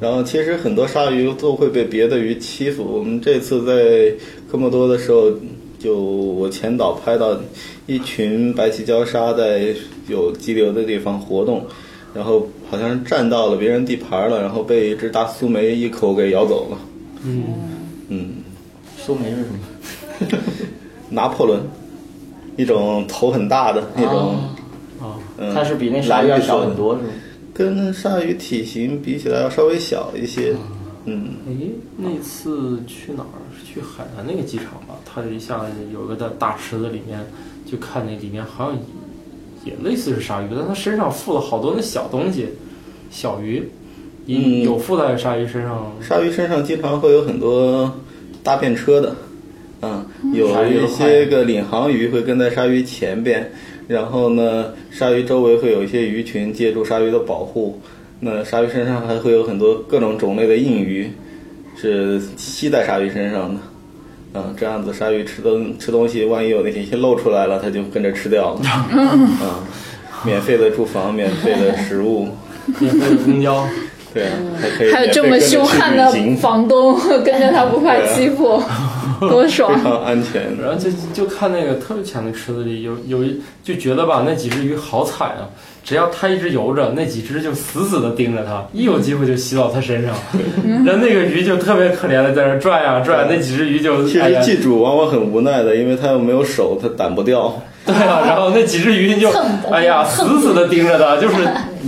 [SPEAKER 9] 然后其实很多鲨鱼都会被别的鱼欺负。我们这次在科莫多的时候，就我前导拍到一群白鳍礁鲨在有激流的地方活动，然后好像是占到了别人地盘了，然后被一只大苏梅一口给咬走了。
[SPEAKER 1] 嗯，
[SPEAKER 9] 嗯，
[SPEAKER 4] 苏梅是什么？
[SPEAKER 9] 拿破仑，一种头很大的那种，
[SPEAKER 4] 啊，
[SPEAKER 9] 嗯，
[SPEAKER 4] 它是比那鲨鱼要小很多是吗？
[SPEAKER 9] 跟鲨鱼体型比起来要稍微小一些。嗯，
[SPEAKER 1] 哎，那次去哪儿？去海南那个机场吧，它一下来有个大大池子，里面就看那里面好像也类似是鲨鱼，但它身上附了好多那小东西，小鱼，
[SPEAKER 9] 嗯
[SPEAKER 1] 也有附在鲨鱼身上。
[SPEAKER 9] 鲨鱼身上经常会有很多大便车的，嗯，有
[SPEAKER 1] 鲨鱼
[SPEAKER 9] 一
[SPEAKER 1] 的话
[SPEAKER 9] 些个领航鱼会跟在鲨鱼前边，然后呢，鲨鱼周围会有一些鱼群借助鲨鱼的保护。那鲨鱼身上还会有很多各种种类的硬鱼，是吸在鲨鱼身上的。嗯，这样子鲨鱼吃东吃东西，万一有那些露出来了，它就跟着吃掉 了。嗯，免费的住房，免费的食物，
[SPEAKER 1] 免费的公交，
[SPEAKER 9] 对啊，还可以
[SPEAKER 8] 还有
[SPEAKER 9] 免
[SPEAKER 8] 这
[SPEAKER 9] 费
[SPEAKER 8] 么
[SPEAKER 9] 跟着去
[SPEAKER 8] 凶悍的
[SPEAKER 9] 旅行
[SPEAKER 8] 房东，跟着他不怕
[SPEAKER 9] 对啊
[SPEAKER 8] 欺负，多爽！
[SPEAKER 9] 非常安全。
[SPEAKER 1] 然后就就看那个特别浅的池子里有有一就觉得吧，那几只鱼好惨啊！只要它一直游着，那几只就死死的盯着它，一有机会就吸到它身上，然后那个鱼就特别可怜的在那儿转呀转，那几只鱼就
[SPEAKER 9] 其
[SPEAKER 1] 哎
[SPEAKER 9] 实
[SPEAKER 1] 呀
[SPEAKER 9] 记主往往很无奈的，因为他又没有手，他掸不掉。
[SPEAKER 1] 对啊，然后那几只鱼就哎呀死死的盯着它，就是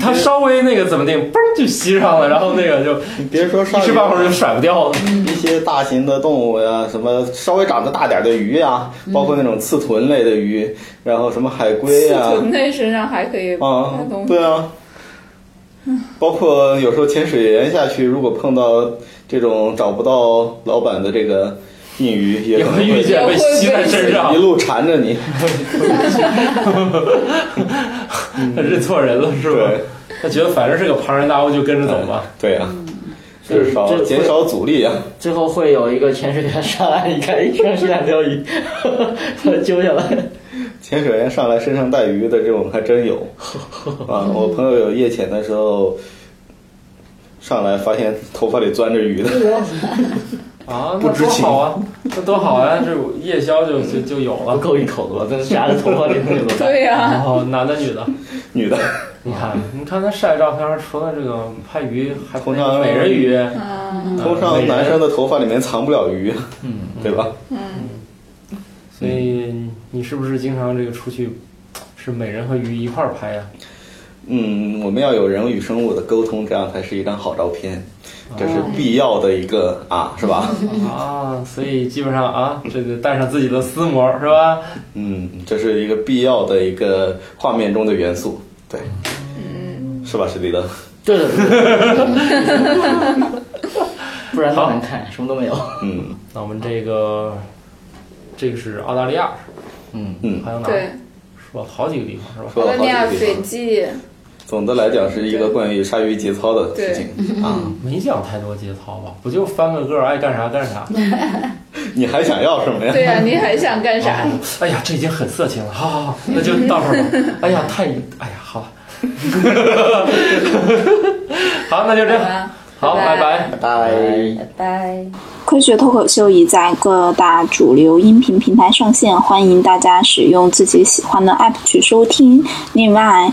[SPEAKER 1] 它稍微那个怎么定，嘣就吸上了，然后那个就
[SPEAKER 9] 你别说鲨鱼
[SPEAKER 1] 一时半会儿就甩不掉了。
[SPEAKER 9] 一些大型的动物呀，什么稍微长得大点的鱼呀，包括那种刺豚类的鱼，然后什么海龟
[SPEAKER 12] 刺
[SPEAKER 9] 呀，
[SPEAKER 12] 豚类身上还可以
[SPEAKER 9] 啊
[SPEAKER 12] 拿东，西。
[SPEAKER 9] 对啊，包括有时候潜水员下去，如果碰到这种找不到老板的这个硬鱼，也可能
[SPEAKER 1] 也会遇见被吸在身上
[SPEAKER 9] 一路缠着你。
[SPEAKER 1] 他认错人了是吧？他觉得反正是个庞然大物，就跟着走吧。
[SPEAKER 9] 对呀、
[SPEAKER 12] 嗯
[SPEAKER 4] 这
[SPEAKER 9] 至少减少阻力啊。
[SPEAKER 4] 最后会有一个潜水员上来，你看一上去两条鱼， 把它揪下来。
[SPEAKER 9] 潜水员上来身上带鱼的这种还真有啊！我朋友有夜潜的时候，上来发现头发里钻着鱼的，
[SPEAKER 1] 啊，
[SPEAKER 9] 不
[SPEAKER 1] 那
[SPEAKER 9] 知
[SPEAKER 1] 多
[SPEAKER 9] 情
[SPEAKER 1] 好啊，那多好啊！这夜宵就就就有 了，
[SPEAKER 4] 够一口的，但是夹着头发里头有多大
[SPEAKER 12] 对
[SPEAKER 8] 啊
[SPEAKER 12] 呀
[SPEAKER 1] 然后男的女的，
[SPEAKER 9] 女的，
[SPEAKER 1] 你
[SPEAKER 9] 啊
[SPEAKER 1] 看，你看他晒照片，除了这个拍鱼，还
[SPEAKER 9] 通常
[SPEAKER 1] 美人鱼，
[SPEAKER 9] 通常男生的头发里面藏不了鱼，嗯，对吧？
[SPEAKER 1] 所以你是不是经常这个出去是美人和鱼一块儿拍呀、
[SPEAKER 9] 嗯，我们要有人与生物的沟通，这样才是一张好照片，这是必要的一个啊，是吧？
[SPEAKER 1] 啊，所以基本上啊，这个带上自己的丝膜是吧？
[SPEAKER 9] 嗯，这是一个必要的一个画面中的元素，对，是吧，史迪德？
[SPEAKER 4] 对对对，不然都难看，什么都没有。
[SPEAKER 9] 嗯，
[SPEAKER 1] 那我们这个这个是澳大利亚是吧？
[SPEAKER 4] 嗯
[SPEAKER 9] 嗯，
[SPEAKER 1] 还有哪儿？
[SPEAKER 12] 对，
[SPEAKER 1] 说好几个地方是吧？
[SPEAKER 12] 澳大利亚、斐济、
[SPEAKER 9] 总的来讲是一个关于鲨鱼节操的事情啊，
[SPEAKER 1] 没讲太多节操吧，不就翻个个儿爱干啥干啥。
[SPEAKER 9] 你还想要什么呀？
[SPEAKER 8] 对哎呀、你还想干啥？
[SPEAKER 1] 哦哎呀，这已经很色情了，好好好，那就到这儿 吧。哎呀，太，哎呀，好了， 好，那就这样，好，拜拜，
[SPEAKER 9] 拜拜。
[SPEAKER 10] 拜。
[SPEAKER 12] 科学脱口秀已在各大主流音频平台上线，欢迎大家使用自己喜欢的 app 去收听。另外，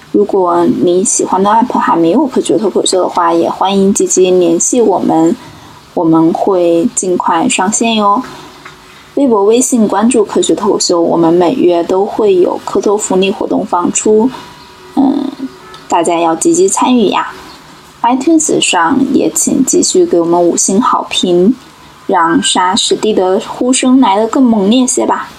[SPEAKER 12] 如果你喜欢的 app 还没有科学脱口秀的话，也欢迎积极联系我们，我们会尽快上线哟。微博、微信关注科学脱口秀，我们每月都会有科托福利活动放出，嗯，大家要积极参与呀。iTunes 上也请继续给我们五星好评，让沙士蒂的呼声来得更猛烈些吧。